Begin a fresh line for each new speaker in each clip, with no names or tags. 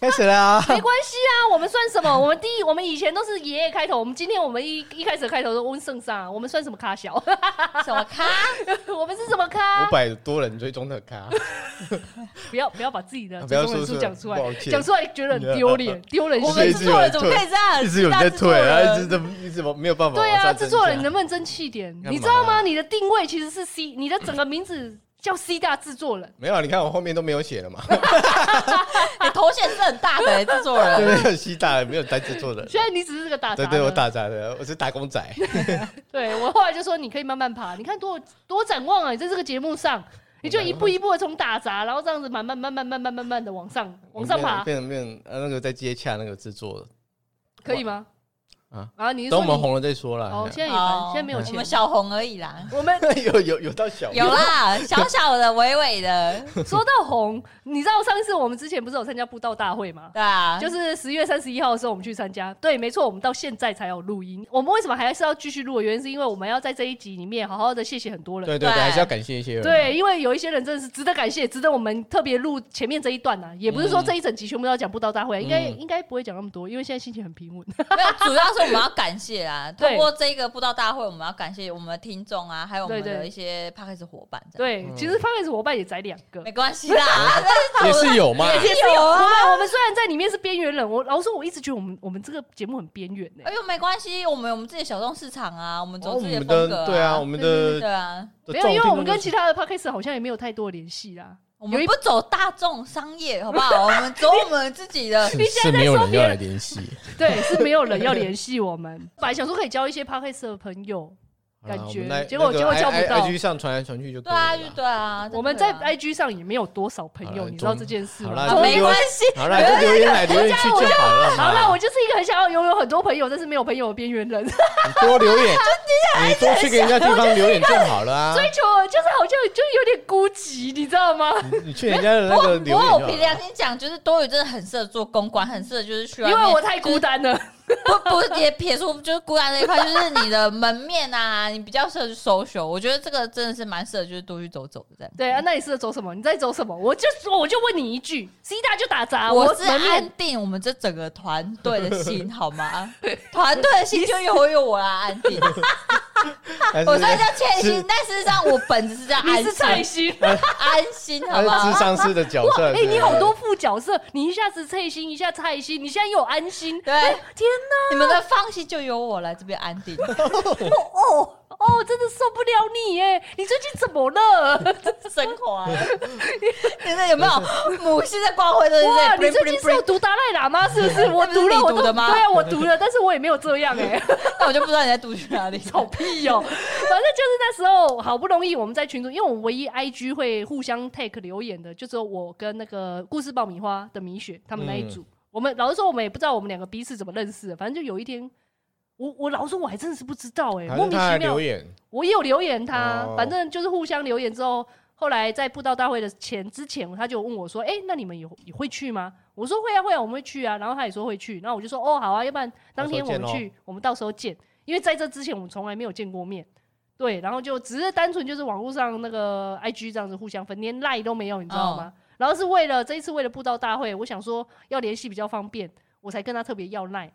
开始啦！
没关系啊，我们算什么？我们第一，我们以前都是爷爷开头，我们今天我们一一开始的开头都温圣上，啊我们算什么咖小？
什么 咖？
我们是什么
五
咖？
百多人追踪的 咖，
不要不要把自己的
啊不要
中文
说
数
出
讲出
抱
来，
歉
讲出来觉得很 丢脸，丢人
我
所以
们
现
制作人怎么可以这
啊
样？
一直有人在
知
退，
道制作人
然后一直都一直没有办法
对
往
啊，
上
制
增
作
加
人能不能争气点？
嘛啊
你知道吗？你的定位其实是 C，你的整个名字叫 C 大制作人。
没有啊？你看我后面都没有写 了嘛，
你哎头衔是很大的欸制作
就
人。
没有西大，没有单制作人。
虽然你只是个打杂
对
的，
对，我打杂的，我是打工仔。
对我后来就说你可以慢慢爬，你看多多展望啊！你在这个节目上，你就一步一步的从打杂，然后这样子慢慢慢慢慢慢慢慢的往上往上爬，
变成变成呃那个在接洽那个制作的，
可以吗？
啊
啊，你是
等
说
我们
你
红了再哎说啦。
哦，现在也
哦
烦，现在没有
我们
钱，
小红而已啦。
我们
有有有到小
有
啊
啦，小小的、微微的，
说到红，你知道上次我们之前不是有参加布道大会吗？
对啊，
就是是十月三十一号的时候，我们去参加。对，没错，我们到现在才有录音。我们为什么还是要继续录的原因，是因为我们要在这一集里面好好的谢谢很多人。
对对对，
对
还是要感谢一些人。
对，因为有一些人真的是值得感谢，值得我们特别录前面这一段呐、啊也不是说这一整集全部都要讲布道大会，应该
嗯
应该不会讲那么多，因为现在心情很平稳。
没有，主要是我们要感谢 啊。
对
通过这个布道大会，我们要感谢我们的听众啊，还有我们
对对
的一些 p a c k a g e 伙伴。，
对，
嗯
其实 p o d c 伙伴也才两个。
没关系 啦，
也是有 嘛。
也是有啊。
对，我们虽然在里面是边缘人，我老实说，我一直觉得我们我们这个节目很边缘欸呢
哎。呦，没关系，我们有我们自己的小众市场啊，我们
哦
走
我
自己
们
风格、
的对啊，我们
们对
的
啊，
没有，因为我们跟其
他
他的 p o d c a s 好像也没有太多联系啦。
我
有
们
一
不走大众商业，好 不好？我们走我们自己的。
是是没有人要来联系，
对，是没有人要联系我 们。本来想说可以交一些 p o d c a s 的朋友，
好啦
感
我
觉
们来
结果
那个
结果叫不
I- I-
到
IG 上传来传去就可
对
以
啊，
了啦
对啊，
我们在
哎，
IG 上也没有多少朋
好
友，
啦
你知道这件事
好
吗
啦？
啊
就
没
留
关系，
好啦，就留言来留言去就好了嘛。
好啦，我就是一个很想要拥有很多朋友，但是没有朋友的边缘人。
你多留言，你多去给人家地方留言就好了 啊。
追求就是好像就有点孤寂，你知道吗？
你你去人家的那
不过
个
不
留言
过
就
我
好
凭
了
良。心讲，就是多余真的很适合做公关，很适合就是去
因
外面
为我太孤单了。
不不也撇除就是孤单那一块，就是你的门面啊，你比较适合去 social。我觉得这个真的是蛮适合，就是多去走走的这 样。
对啊，那你是在走什么？你在走什么？我就我就问你一句，C 大就打杂，
我是
啊门
安
面
定我们这整个团队的 心，好吗？团队的心就由有我来啊安 定。
但是
我说叫欠
是
薪，但事实上我本质是叫
你
安
是蔡
心，
心。
安心
他
好不
是智
好？
商师的角色。
哎、
是
你好多副角色，你一下子蔡心，一下蔡心，你现在又有安心。哎
对，
天
你们的放心就由我来这边 安定。
哦哦，真的受不了你耶！你最近怎么了？
升华， 真的有没 有母系的光辉？对不
哇，
对？
你最近是有读达赖喇嘛是不是？我
那不是
读了，
你
我
读
都
的吗
对啊，我读了，但是我也没有这样哎。
那我就不知道你在读去哪 里。
好屁哦、反正就是那时候好不容易我们在群组，因为我们唯一 IG 会互相 take 留言的，就只有我跟那个故事爆米花的米雪他们那
嗯
一组。我们老实说，我们也不知道我们两个彼此怎么认识的，反正就有一天。我我老实说，我还真的是不知道哎、
还
莫
是
名
他
其
还
妙
留，言，
我也有留言他，
哦
反正就是互相留言之后，后来在布道大会的前之前，他就问我说：“哎、那你们有也会去吗？”我说：“会啊，会啊，我们会去啊。”然后他也说会去，然后我就说：“哦，好啊，要不然当天我们
到时候
去，我们到时候见。”因为在这之前我们从来没有见过面，对，然后就只是单纯就是网络上那个 IG 这样子互相分，连 line 都没有，你知道吗？然后是为了这一次为了布道大会，我想说要联系比较方便，我才跟他特别要 line。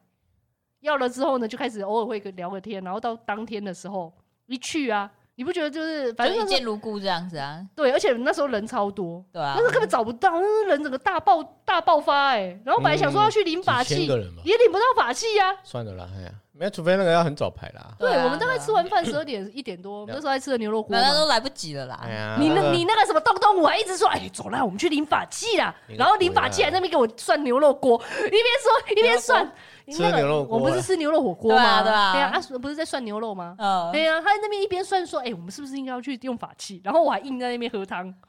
要了之后呢，就开始偶尔会跟聊个天，然后到当天的时候一去啊，你不觉得就是反
就
正
一
那时候
见如故这样子啊，
对，而且那时候人超多，
对啊
那时，候根本找不到，那时候人整个大爆大爆发哎、然后本来想说要去领法
嗯几千
器，
个人吧，
也领不到法器呀、
算了啦，哎呀，没有，除非那个要很早排啦。
对，
啊
我们大概
对啊
吃完饭十二点一点多，我们那时候还吃了牛肉锅
没有那
嘛。
都来不及了啦。
哎呀，
啊你那、
个
你那个什么东东，我还一直说，哎，走啦，我们去领法器啦
你。个
然后领法器
鬼啊
还在那边给我算牛肉锅，一边说一边算，你
吃
那个
牛肉锅啊
我们不是
了
吃牛肉火锅
对
吗？
啊对啊
啊，啊不是在涮牛肉吗？
嗯，
对啊，他在那边一边算说，哎、我们是不是应该要去用法器？然后我还硬在那边喝汤，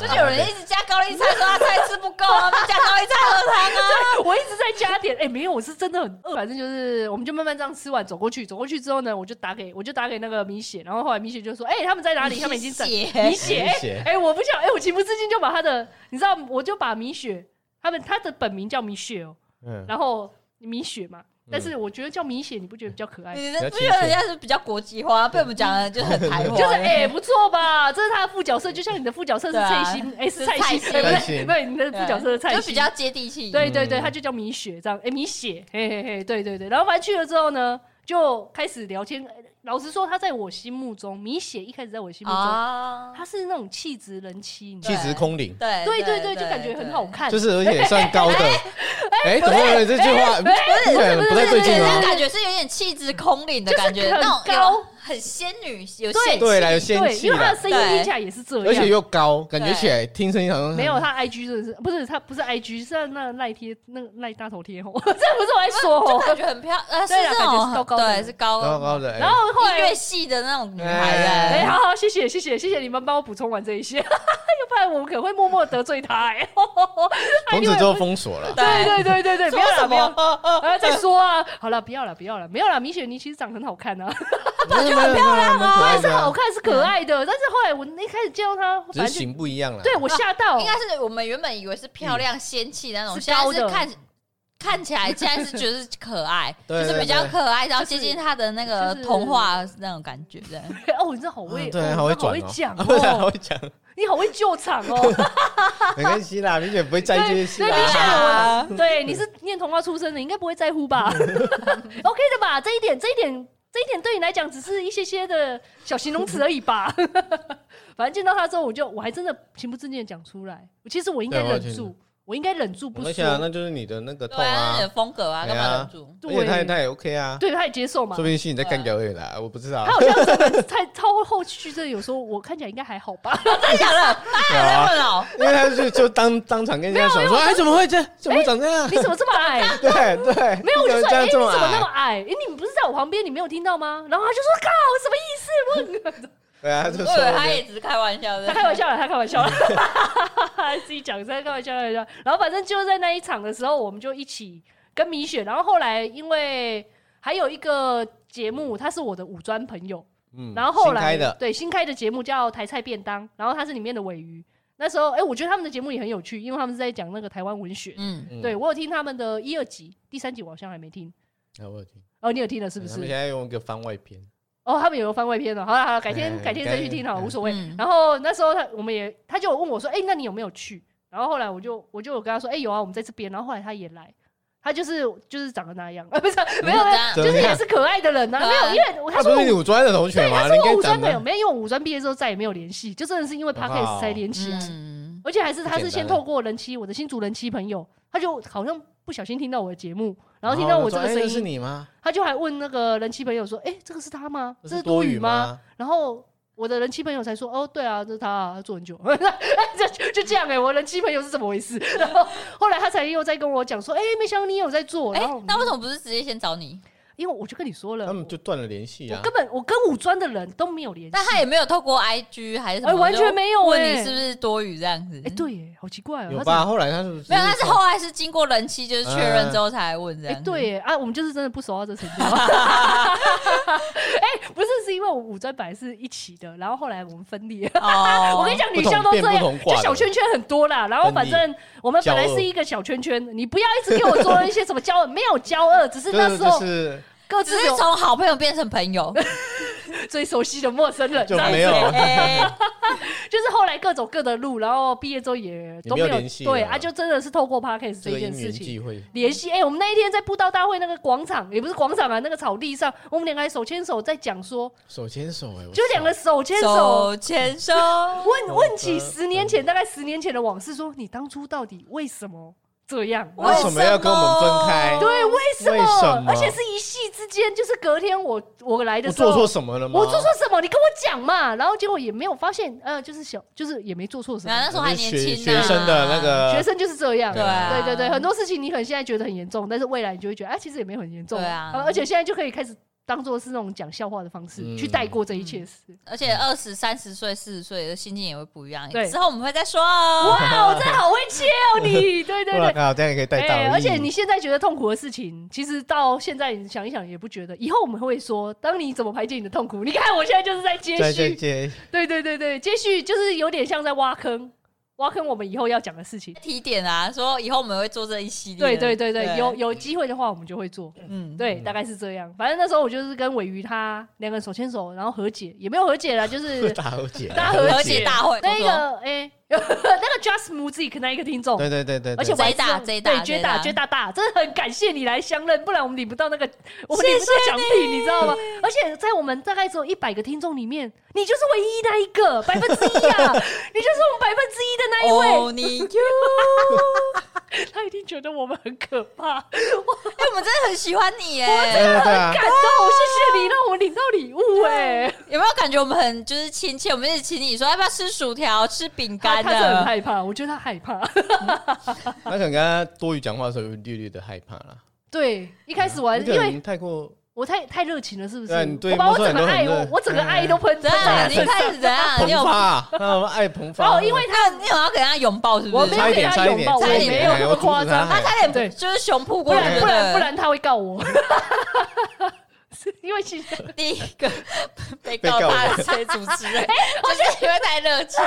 就是有人一直加高丽菜， 说他菜吃不够啊，不加高丽菜喝汤啊。
我一直在加点，哎、没有，我是真的很饿。反正就是，我们就慢慢这样吃完，走过去，走过去之后呢，我就打给，我就打给那个米雪，然后后来米雪就说，哎、他们在哪里？他们已经整
米雪
米雪，
米
哎、
雪
哎我不想，哎、我情不自禁就把他的，你知道，我就把米雪，他们他的本名叫米雪哦、
嗯，
然后米雪嘛，但是我觉得叫米雪，你不觉得比较可爱？
你这不觉得人家是比较国际化，被我们讲的就是 很台化，
就是哎、不错吧？这是他的副角色，就像你的副角色是
啊对啊
蔡心，哎、是
是
蔡
蔡
心，
心
哎、
蔡
不对，
心
不对，你的副角色是蔡哎
就
心，
比较接地气。
对对对，
嗯
他就叫米雪这样，哎、米雪，嘿嘿嘿，对对对。然后反正去了之后呢，就开始聊天。呃老实说，他在我心目中，米雪一开始在我心目中，
啊，
他是那种气质人妻，你知道
气质空灵，
对
吗对对对，就感觉很好。看。
就是而且也算高的。哎，怎么会有这句话？嗯不太对
对，
劲
那
啊！
感觉是有点气质空灵的感觉，
就是很
那种
高
有很仙女，有
对
仙
对啦，有
气。
仙
对，
气
因为他
啦
的，声音
对
听起来也是这
而且
样。
又高，感觉起来听声音好像
没有，他 IG 真的是不是他不是 IG 是那赖贴那个赖大头贴哦， 这不是我在说
就
哦。
感觉很漂亮，呃，是
对啦
那
感觉是高
种
高的
对，是高
高高的。哎
然后后
音
来
乐系的那种女
哎、
孩
哎
子。
好好，谢谢，谢谢，谢谢你们帮我补充完这一些，要 不然我们可能会默默得罪他、哎，
从此就封锁了。
对对对对对，不要
说
了，
什
不要
么？，呃
啊，再说啊，好了，不要了，不要了，没有了。米雪妮其实长得很好看啊，
没有没有没有，蛮可爱
是
的
好
啊，
看是可爱的，但是后来我一开始见到她，
只
反
是
正就
型不一样了。
对我吓到
应，该是我们原本以为是漂亮仙气那种，
嗯是
现
高
在
的
是看看起来现在是觉得是可爱，
对
就是比较可爱，然后接近他的那个
就是
童话那种感觉，对。
哦，你这好
嗯
会，哦
对，
你
好会
这
转
好会
哦，
讲
啊不是好
哦，
会讲，
你好会救场哦，
没关系啦，明显不会在意这些事
对对明
啦
显。
啊
对，你是念童话出身的，你应该不会在乎吧？OK 的吧，这一点，这一点，这一点对你来讲只是一些些的小形容词而已吧。反正见到他之后，我就我还真的情不自禁的讲出来，其实我应该
对我也
忍
觉
住
得，
我应该忍住不
我在想，
说，
那就是你的那个痛
对啊，
啊
你的，风格啊，
对
干
啊
嘛忍住？
而且他也
对，
他也 OK 啊，
对，他也接受嘛
说不。定是你在干掉而已啦，我不知道
他。好像真的 太超后续，真的有时候我看起来应该还好吧？
真的假的？他有在问哦，
因为他就就当当场跟人家讲说，哎，怎么会这，怎么长这样？
你怎么这么矮？
对对，
没有，我就
你
说，
这
哎、
样
你
这
怎
么
么那么
矮？
矮？哎、你们不是在我旁边，你没有听到吗？然后他就说，靠，什么意思？
对 啊，他就
我
说
以为他也只是开玩笑
他
的。
开玩笑了，他开玩笑了， 他自己讲，在开玩笑，开玩笑。然后反正就在那一场的时候，我们就一起跟米雪，然后后来因为还有一个节目，他是我的五专朋友，
嗯
然后后
新开
来
的，
对新开的节目叫台菜便当，然后他是里面的尾鱼。那时候，哎、我觉得他们的节目也很有趣，因为他们是在讲那个台湾文学。
嗯，
嗯
对，我有听他们的一二集，第三集我好像还没听。
啊我有听，
哦，你有听了是不
他
是
们？现在用一个番外篇，
哦，他们也有翻外篇了。好了好了，改天
嗯
改天再去听好了，
改
无所谓。
嗯
然后那时候他我们也他就有问我说：“哎、那你有没有去？”然后后来我就我就有跟他说：“哎、有啊，我们在这边。”然后后来他也来，他就是就是长得那样， 啊，不是没有没有，
怎
就是
么
也
样
是可爱的人呐、啊，没有，因为我他
他
说
不
我
是你五专的同学
对，
吗？
他
你
说
跟
我
你
五
讲
专没
的
有，没有，因为我五专毕业之后再也没有联系，就真的是因为 p
好
o
不好
d c a s 才联系、啊。
嗯，
而且还是他是
不简
先
单
透过人妻，我的新竹人妻朋友，他就好像不小心听到我的节目，然后听
然
到
后
我
就
这
说哎
个声
那是
音，
你吗？
他就还问那个人妻朋友说：“哎、这个是他吗？这是多
多
余
余
吗？”？然后我的人妻朋友才说，哦，对啊，这是他、啊，他做很久， 就就这样哎、我人妻朋友是怎么回事？ 然后后来他才又在跟我讲说，哎、没想到你有在做，
哎
然
哦
后，
那为什么不是直接先找你？
因为我就跟你说了，
他们就断了联系
我
啊。
根本我跟五专的人都没有联系，
但他也没有透过 IG 还是什
哎
么，
完全没有
问
哎
你是不是多余这样子
哎、。对耶，好奇怪哦、
有
他
吧？后来他是不是
没有，但是后来是经过人妻就是确
嗯
认之后才问这
哎、
样。
对，耶啊，我们就是真的不熟到这程度。 哎、不是，是因为我五专本来是一起的，然后后来我们分裂。
哦，
我跟你讲，女校都这
不
样
同变不同，
就
挂的
小圈圈很多啦。然后反正我们本来是一个小圈圈，你不要一直给我做一些什么骄傲，没有骄傲，只是
就
那
是
时
就
候
是
各
只
自
是
有
从好朋友变成朋友，
最熟悉的陌生人，
就
这 样
没有
哎
就是后来各走各的路，然后毕业之后也都
也没有
有
联系了
对啊，就真的是透过 podcast
这
这
个
件
因
事
缘
情。
际会，
联系哎，我们那一天在布道大会那个广场，也不是广场啊，那个草地上，我们两个还手牵手在讲说，
手牵手哎，我
就两个手牵手
手 牵手，
问
好
问起
的
十年前，大概十年前的往事说你当初到底为什么这样。
为
为什么要跟我们分开？
对，为什
为什么
而且是一夕之间，就是隔天我我来的
我
时候，
做错什么了吗？
我做错什么？你跟我讲嘛。然后结果也没有发现，呃，就是小，就是也没做错什
然后
么。
那时候还年轻、
学
啊，
学生的那个
学生就是这样，
对啊
对对对很多事情你可能现在觉得很严重，但是未来你就会觉得，哎、其实也没有很严重。
对啊
呃而且现在就可以开始当做是那种讲笑话的方式、
嗯
去带过这一切事。
而且二十三十岁、四十岁的心境也会不一样。
对
之后我们会再说哦。
哇，我真的好会切哦，你， 对 对
不然
对。哎
刚好这样也可以 带到、
而且你现在觉得痛苦的事情，其实到现在你想一想也不觉得。以后我们会说，当你怎么排解你的痛苦？你看我现在就是在接
对
续
对，对，
对对对对，接续就是有点像在挖坑，挖坑我们以后要讲的事情。
提点啊，说以后我们会做这一系列
对
的。
对对对，有有机会的话我们就会做。
嗯，
对，大概是这样。反正那时候我就是跟尾鱼他两个人手牵手，然后和解，也没有和解啦，就是
大和解，
大和
和
解
解大会
那
多多
个哎、 那个 Just Music 那一个听众。
对对对对，对
而且我还
贼大
知道
贼大
对，绝
贼
大
大
绝大大，真的很感谢你来相认，不然我们领不到那个， 我们
谢
领
谢
不到奖品，你知道吗？而且在我们大概只有一百个听众里面，你就是唯一那一个， 百分之一啊，你就是我们百分之一的那一位。
哦，你 you，
他一定觉得我们很可 怕，
哎，我们真的很喜欢你耶！
对对对 啊，
感动，谢谢你让我们领到礼物
哦
哎、
有没有感觉我们很就是亲切？我们一直请你说要不要吃薯条、吃饼
他
干
他是很
的。
害怕，我觉得他害 怕。
那可能跟他多余讲话的时候有略略的害怕啦，
对，一开始我还
你
因
可
为
能太过
我太太热情了，是不是？
对啊你对
我把我
陌生
整
人
个爱，
都很热哎
我我整个爱都喷在
怎样？
他
你
身上。
开始怎样？
膨
你有
发啊，那我们爱膨发，
然哦后因为
他，你有要给他拥抱是不
我
是
没？有
差一
给
点
他
差一
拥
点
抱，我
差一
也
点
没有
哎
那
我
么
阻止
夸
他
张
还。
他差
对
点就是熊扑
不
过
然
去，
不然不然他会告我，是 因为 其实
第一个被
被
告
告
他的谁主持人？我觉得你会太热情，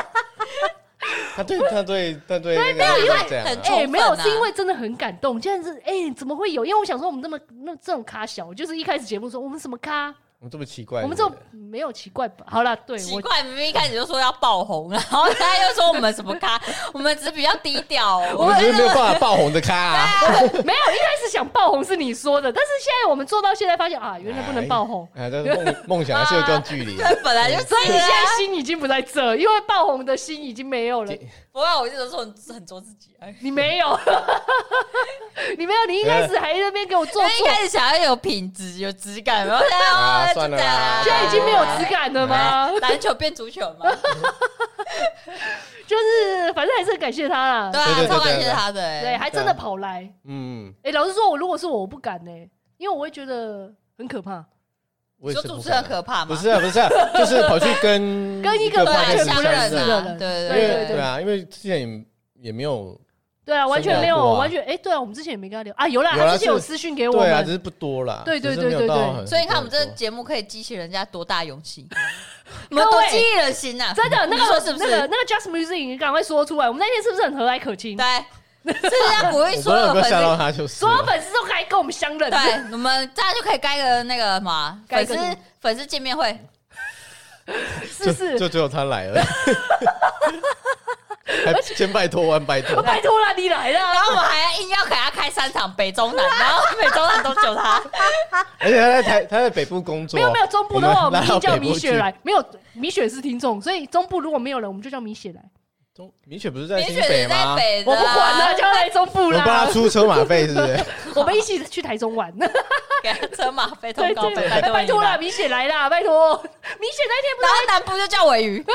他对他对他对那
没有因为
个这样啊，
很
哎、
充
没有，
分啊
是因为真的很感动。竟然是哎、怎么会有？因为我想说我们那么那这种咖小，就是一开始节目说我们什么咖，
我们这么奇怪，
我们这
对
种
不对
没有奇怪吧？好了，对
奇
我
怪，明明一开始就说要爆红，然后他又说我们什么咖，我们只是比较低调哦。
我们就是没有办法爆红的咖啊，
没有，一开始想爆红是你说的，但是现在我们做到现在发现啊，原来不能爆红。
哎，这梦梦想还是有一段距离，
对，本来就是啊。
所以你现在心已经不在这，因为爆红的心已经没有了
这。
不会，我一直都说很很做自己啊。
你没有， 你没有，你一开始还在那边给我做
因
作，
为一开始想要有品质、有质感，然后现在
啊
哦
算了
就这样
啦
啊
现在已经没有质感了吗？
篮球变足球 嘛，
就是反正还是很感谢他啦。
对
对对
啊，
对
超
对
感谢
对
他的欸。
对，还真的跑来。
嗯，
哎、老实说，我如果是我，我不敢呢、因为我会觉得很可怕，
我也
说
是不
主持人
敢
可怕
不
嘛？
是啊，不是啊，就是跑去跟
跟一个
个
对
完
啊，
全
podcast
不
相
认识
相
的
认
人
啊对
因为
对对
对啊，因为之前也也没有，
对啊，完全没有，
真的啊
完全哎、对啊，我们之前也没跟他聊啊，有啦，
有啦
他之前有
是
私讯给我
对
们，
啊，只是不多啦，
对对
只是没有
对对
到
对
很
所以你看我们这
很
节目可以激起人家多大勇气，我
位
们多激励人心啊呐！
真的那
你
个
说是不
那个
是？
那个 Just Music，你赶快说出来，我们那天是不是很和蔼可亲？
对， 是不是要鼓励
我不知
所
道
有
有没
粉
有
丝
吓到他，就是
所有
了
粉丝都该跟我们相认，
对，我们大家就可以盖个那个嘛
盖
粉
个
丝
什么
粉丝见面会，
是不是？
就只有他来 了，还千拜托万拜托，
拜托啦，你来
然
啦！
后我们还硬要给他开三场北中南，然后北中南都 救他，
而且他在台他在北部工作，
没有没有，中部的话我
们
们
拉到
一定叫
北部
米雪
去
来，没有米雪是听众，所以中部如果没有人，我们就叫米雪来。
中米雪不是在
明
新
雪也在
吗？
北的
我
啊，
不管了，就要来中部
我们帮
啦
他。出车马费，是不 是？
我们一起去台中玩。
给他车马费、
对
通告费，
对，拜托啦，
了。
米雪来啦，拜托。米雪那天不是
然后南部就叫尾 鱼，
可以可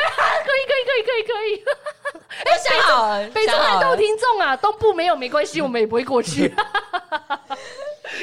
以可以可以可以，
哎，想好了，
北中
想
南
好
都有
了，
听众啊，东部没有没关系，我们也不会过去。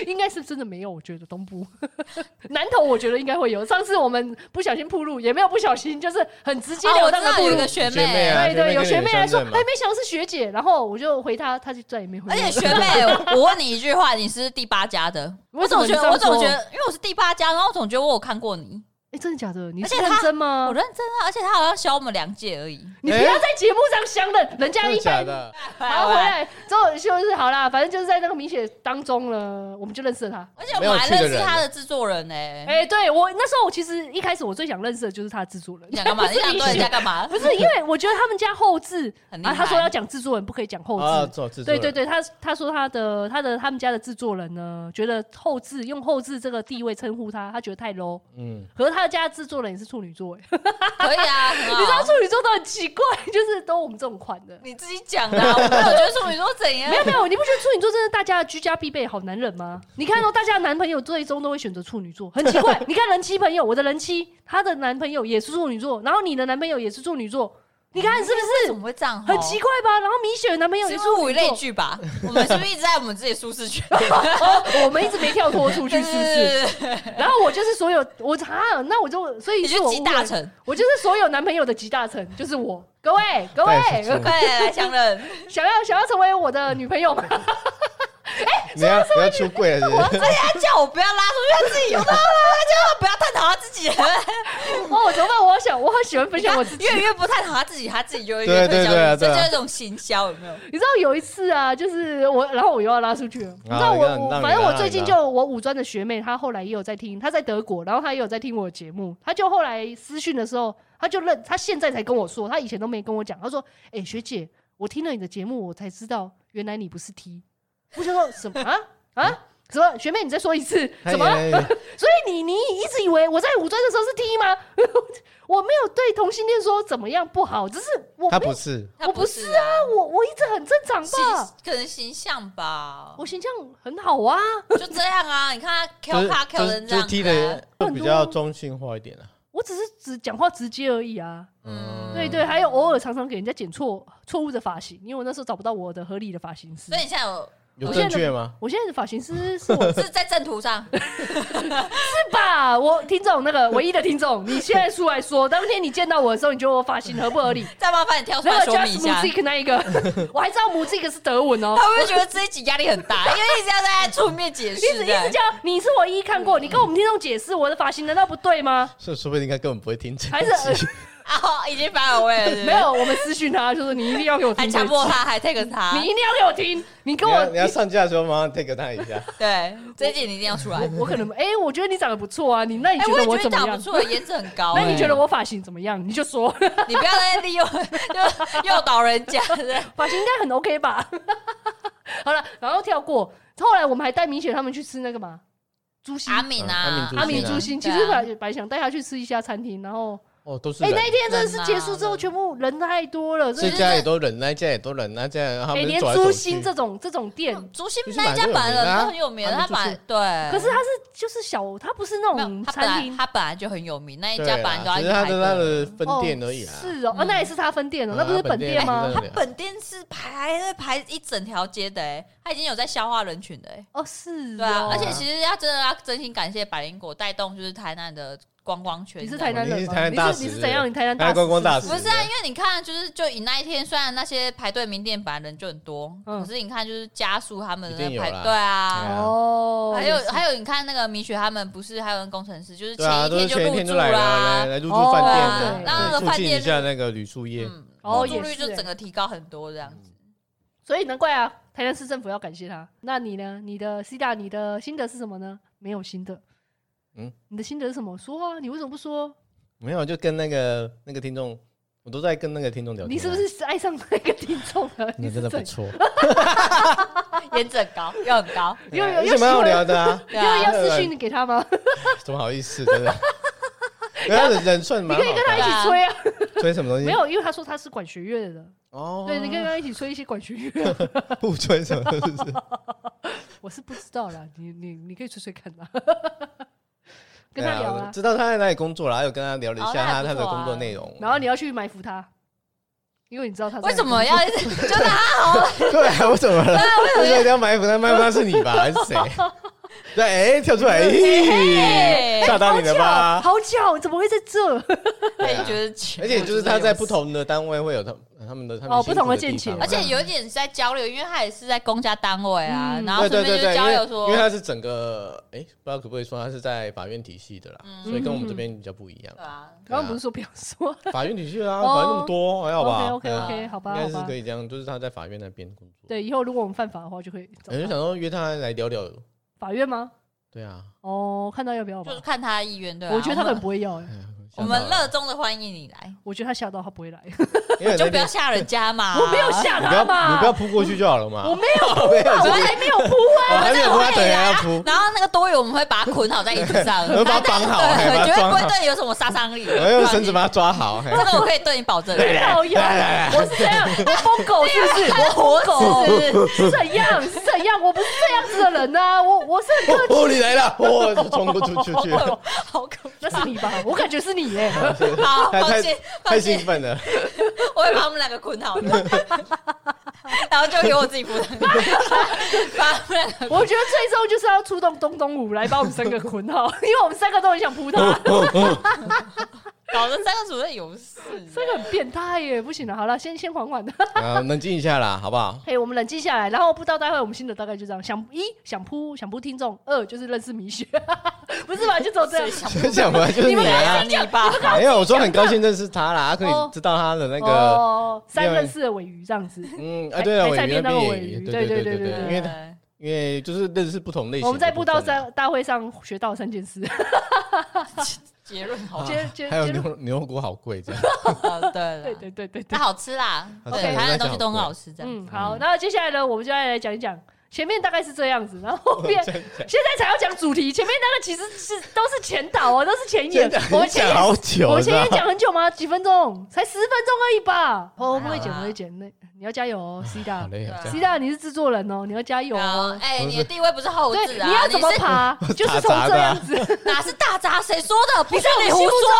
应该是真的没有，我觉得东部 南投我觉得应该会有。上次我们不小心铺路，也没有不小心，就是很直接
哦
的
我
那
知
个
道
铺
有一
路
个。学
学妹
妹
啊。
对对，
那
有
个
学妹来说，
女生
哎，
嘛
没想到是学姐，然后我就回她，她就再也没回我。
而且学 妹，我问你一句话，你是第八家的，
为
我
什么
总
你
觉
这
得，
样
我总
说
觉得，因为我是第八家，然后我总觉得我有看过你，
哎，真的假的？你
而
是
且
认
她
真吗
我？认真啊，而且他好像小我们两届而已。
你不要在节目上相认，人家
真
一
的假
般
的？
好，回来之后就是好啦，反正就是在那个米雪当中呢，我们就认识了他。
而且我们还
没有趣的
认
人
识他的制作人呢、欸
哎、对我那时候我其实一开始我最想认识的就是他的制作人
你，想干嘛？你想对人家干嘛？
不是因为我觉得他们家后置
很厉害
啊，他说要讲制作人不可以讲后置。
啊，做制作
哦对
人
对对，他他说他的他的他们家的制作人呢，觉得后置用后置这个地位称呼他，他觉得太 low。
嗯，
可是他他家制作人也是处女座、欸，
可以啊，很好
你知道处女座都很奇怪，就是都我们这种款的。
你自己讲的、啊，我没有觉得处女座怎 样
没。有没有，你不觉得处女座真的大家的居家必备好男人吗？你看到、大家的男朋友最终都会选择处女座，很奇 怪。你看人妻朋友，我的人妻，她的男朋友也是处女座，然后你的男朋友也是处女座，你看是
为
不
什么
是
会这样？
很奇怪吧？然后米雪的男朋友
是
也
不
是
是物
处
以
女座
类，聚吧？我们是不是一直在我们自己的舒适圈？
哦我们一直没跳脱出去，是不是？
对对对
然后我就是所有我啊，那我就所以
你
是
就
我
集
误
大
会，
成，
我就是所有男朋友的集大成，就是我。各位各位，
对是是
快来强 忍！
想要想要成为我的女朋友吗？
你要你要出柜了是不是？
他叫我不要拉出去，他自己有拉拉，他叫我不要探讨他自己，
哦，怎么办？我好想，我好喜欢分享我自己。
越越不探讨他自己，他自己就会
对
越
对
推销
对啊
你，这
对啊
就是一种行销，有没有？
你知道有一次啊，就是我，然后我又要拉出去了。你知道我，
啊你让
我
你
反正我
让
最近
你
就我五专的学妹，她后来也有在听，她在德国，然后她也有在听我的节目。她就后来私讯的时候，她就认，她现在才跟我说，她以前都没跟我讲。她说：“哎、学姐，我听了你的节目，我才知道原来你不是 T。”我就说什么啊
嗯
啊？什么？学妹，你再说一次，什么？
哎哎哎
所以你你一直以为我在五专的时候是 T 吗？ 我没有对同性恋说怎么样不好，只是我
他
没有
不是，
他
我不
是啊，哦
我我一直很正常
形
吧。
可能形象吧，
我形象很好啊，
就这样啊。你看他
就
Q
是
卡 Q
就
成
是
这
就是
样子啊，
踢的
很多
会比较中性化一点啊。
我只是只讲话直接而已啊。
嗯，
对对，还有偶尔常常给人家剪错错误的发型，因为我那时候找不到我的合理的发型师
所以。你现在有
有正确吗？
我现在的发型师是 我是
是在正途上，
吧？我听众那个唯一的听众，你现在出来说，当天你见到我的时候，你觉得我发型合不合 理？
再麻烦你跳出
那
来
个
说
Just
明一下。
Music 那一个， 我还知道 Music 是德文哦
他。会不会觉得这一集压力很大？因为一直要在出面解
一直
释
一直
的。
叫你是我一看过，你跟我们听众解释我的发型难道不对吗？
是说不定他根本不会听这
还
一
是呃
集。
啊，已经反而位了，是不
没
是，
有，我们私讯他，就说你一定要给我
还
听这一
强
集，
迫他，还 take 他
你。一定要给我听，你跟
你
我
要你要上架的时候马上 take 他一下，
对，这一集你一定要出来。
我可能哎、我觉得你长得不错啊，你那你
哎，
觉
我
得
也觉
我
得
怎
你
么
长得
样
不？错，颜值很高。
那你
哎
觉得我发型怎么样？你就 说
你不要再利用就 诱导人家，是不是
发型应该很 OK 吧？ 好了，然后跳过。后来我们还带米雪他们去吃那个嘛，猪心
阿敏啊，
嗯
阿
阿
米
敏
猪
猪
心。其
对啊
实本本来想带他去吃一下餐厅，然后
哦，都是
哎、
人。
那一天真的是
人啊
结束之后，
人
全部人太多了，真
这
的是
家也都忍耐，那家也都忍耐，那家人他
哎、
们
连
走来
猪
走
心
去。
这种这种店，
朱心那一家本来人
啊
都很有名，他本来对，
可是它是就是小，它不是那
没
种
有他本
餐
来
厅。
他本来就很有名，那一
对
家本来都
啦
要
只
一
是他
排
的他的
队。
分店而已啦。
是哦，啊，那也是他分店了，
嗯
那不是
它
本
本
店
店
吗？
是
他本店是排队排一整条街的，哎，他已经有在消化人群的，哎。
哦，是哦，
对啊，而且
啊
其实要真的要真心感谢百灵果带动就是台南的观光圈。
你是
这样
台南人
啊你是
吗？
台南大使
你是
是不是
怎样？你台南大
台南
使
观光大
是
使
不
不
是
是啊？因为你看，就是就以那一天，虽然那些排队名店本来人就很多，
嗯
可是你看就是加速他们的
一定
那
有
排
啦
队
对
啊。
啊
哦，
还有
也是
还有，你看那个米雪他们不是还有人工程师，就是
对啊，
前
都是
就
前一
入
天
住
就来了，来
啦，
来入
哦
住饭
对啊
店
那
啊，
那个
对
饭
促进
店
一下那个旅宿业。
嗯，
哦
入住
也
率
是
就
欸
整个提高很多这样 子。
所以难怪啊，台南市政府要感谢他。那你呢？你的 C 大，你的心得是什么呢？没有心得。嗯
嗯，
你的心得是什么？说啊，你为什么不说？
没有，就跟那个那个听众，我都在跟那个听众聊天啊。
你是不是爱上那个听众 了？
你真的
是
不
怎
错，
颜值很高，又很高，
对啊
又有
有什么好聊的啊？
对
要
啊，
要私讯给他吗？
怎么好意思，真 的。对他的人算
你
蛮
可
好
以跟他一
的，
起
对啊
吹啊。
吹什么东西？
没有，因为他说他是管学乐的，
哦，
对，你可以跟他一起吹一些管学乐啊。
不吹什么是不是？
我是不知道啦，你你你可以吹吹看 啦。 跟
对
他
啊
聊
我
啦，
知道他在哪里工作啦，还有跟他聊了一
哦
下
那
他
还不
他的
错啊
工作内容。
然后你要去埋伏他，因为你知道他在
为什么要一直就让他
对啊，我怎么了？为什么一定要埋伏他？埋伏他是你 吧，还是谁？对，哎，跳出来，咦吓到你了
好巧，哎
吧？
好巧，怎么会在这？
对啊
觉得奇怪？
而且就是他在不同的单位会有他他们的他们
哦
辛苦
不同的
的地
见解
方
而
啊
且有一点是在交流，因为他也是在公家单位啊，
嗯
然后
对
顺
对对
便就
对，因
交
为
流说，
因为它是整个，哎、不知道可不可以说它是在法院体系的啦，
嗯
所以跟我们这边比较不一样
对。啊，
刚刚不是说不要说
法院体系啊，
哦
法院那么多，还好吧
OK
对
OK
啊
OK，好哦吧
应该
好
是
吧
可。以这样，就是他在法院那边工作。，
对，以后如果我们犯法的话，就会找
我就
他
哎想说约他来聊聊，
法院吗？
对啊，
哦，看到要不要吧
就是。看他的意愿，对吧、啊
我觉得他可能
我们
不会要，哎，
哎呀
我们
吓到了
热衷的欢迎你来，
我觉得他吓到他不会来。
因为
你
那
就不
边
要吓人 家 嘛。
我没有吓
你不要
他嘛，
啊你不要扑过去就好了嘛。
我没有，
没有，
我
我
还没有扑啊，
还没有扑，他等一下要扑。
然后那个多余我们会把它捆好在椅子上，
我会把它绑好
对
还把它
绝对
装
不
好
会对你有什么杀伤力。
我要用哎绳子把它抓好。嘿哦
这个我可以对你保证。
导游，我是这样，我疯狗是不是？我疯狗
是不是
是这样是这样，我不是这样子的人呐，我我是很客
哦，你来了，我 冲过出去去，
好可
那是你吧？我感觉是 你耶，
怕！好，
太
放
太
心，
太
放
兴
心，
奋了。
我会把他们两个捆 好的，然后就给我自己负担，把他们两个。
我觉得最终就是要出动东东五来把我们三个捆好， 因为我们三个都很想扑他，
哦
搞得三个主任有事，
这个很变态耶，不行了，啊好了，先先缓 缓的。
啊，冷静一下啦，好不好？
嘿，我们冷静下来，然后布道大会，我们心得大概就这样：想一想扑想扑听众，二就是认识米雪， 不是吧？就只有这样。
想
分享完就是你啊，
你吧，
没有，我说很高兴认识他啦，可
哦
以知道他的那个，
哦，三认识的尾鱼这样子。
嗯，啊，对了，
还
尾
在
鱼
变
那
那
边也
个尾鱼
对对
对对
因
对
为他因为就是认识不同类型的部分啊。啊
我们在布道大大会上学到三件事，
结论好
结结
还有
结
牛
论。
牛骨好贵， 这样
了，对
对
了，
对对对对
那。好吃啦，
好吃
对，
我
台湾的
在讲好
东西都很
吃
好吃，这样。
嗯，好，那接下来呢，我们就来来讲一讲前面大概是这样子，然后后 面
真的
现在才要讲主题，前面那个其实是都是前导啊，都是前言
真的，
我们前
讲
言。
好
我
久，
们
知
前
道
面讲很久吗？几分钟？才十分钟而已吧。哦，我不会
还好
剪，
啦
不会剪。那你要加 油哦，C
好
大
累啊，
对啊
这
，C
样
大，你是制作人哦，你要加油
然后
哦。
哎，
不
你
是
的地位不是后置
对，
啊，
你要怎么
是
爬？就是从
打杂
这
的啊
样 子，
哪是大杂？谁说的？不是
我
你
心
胡
目中
说，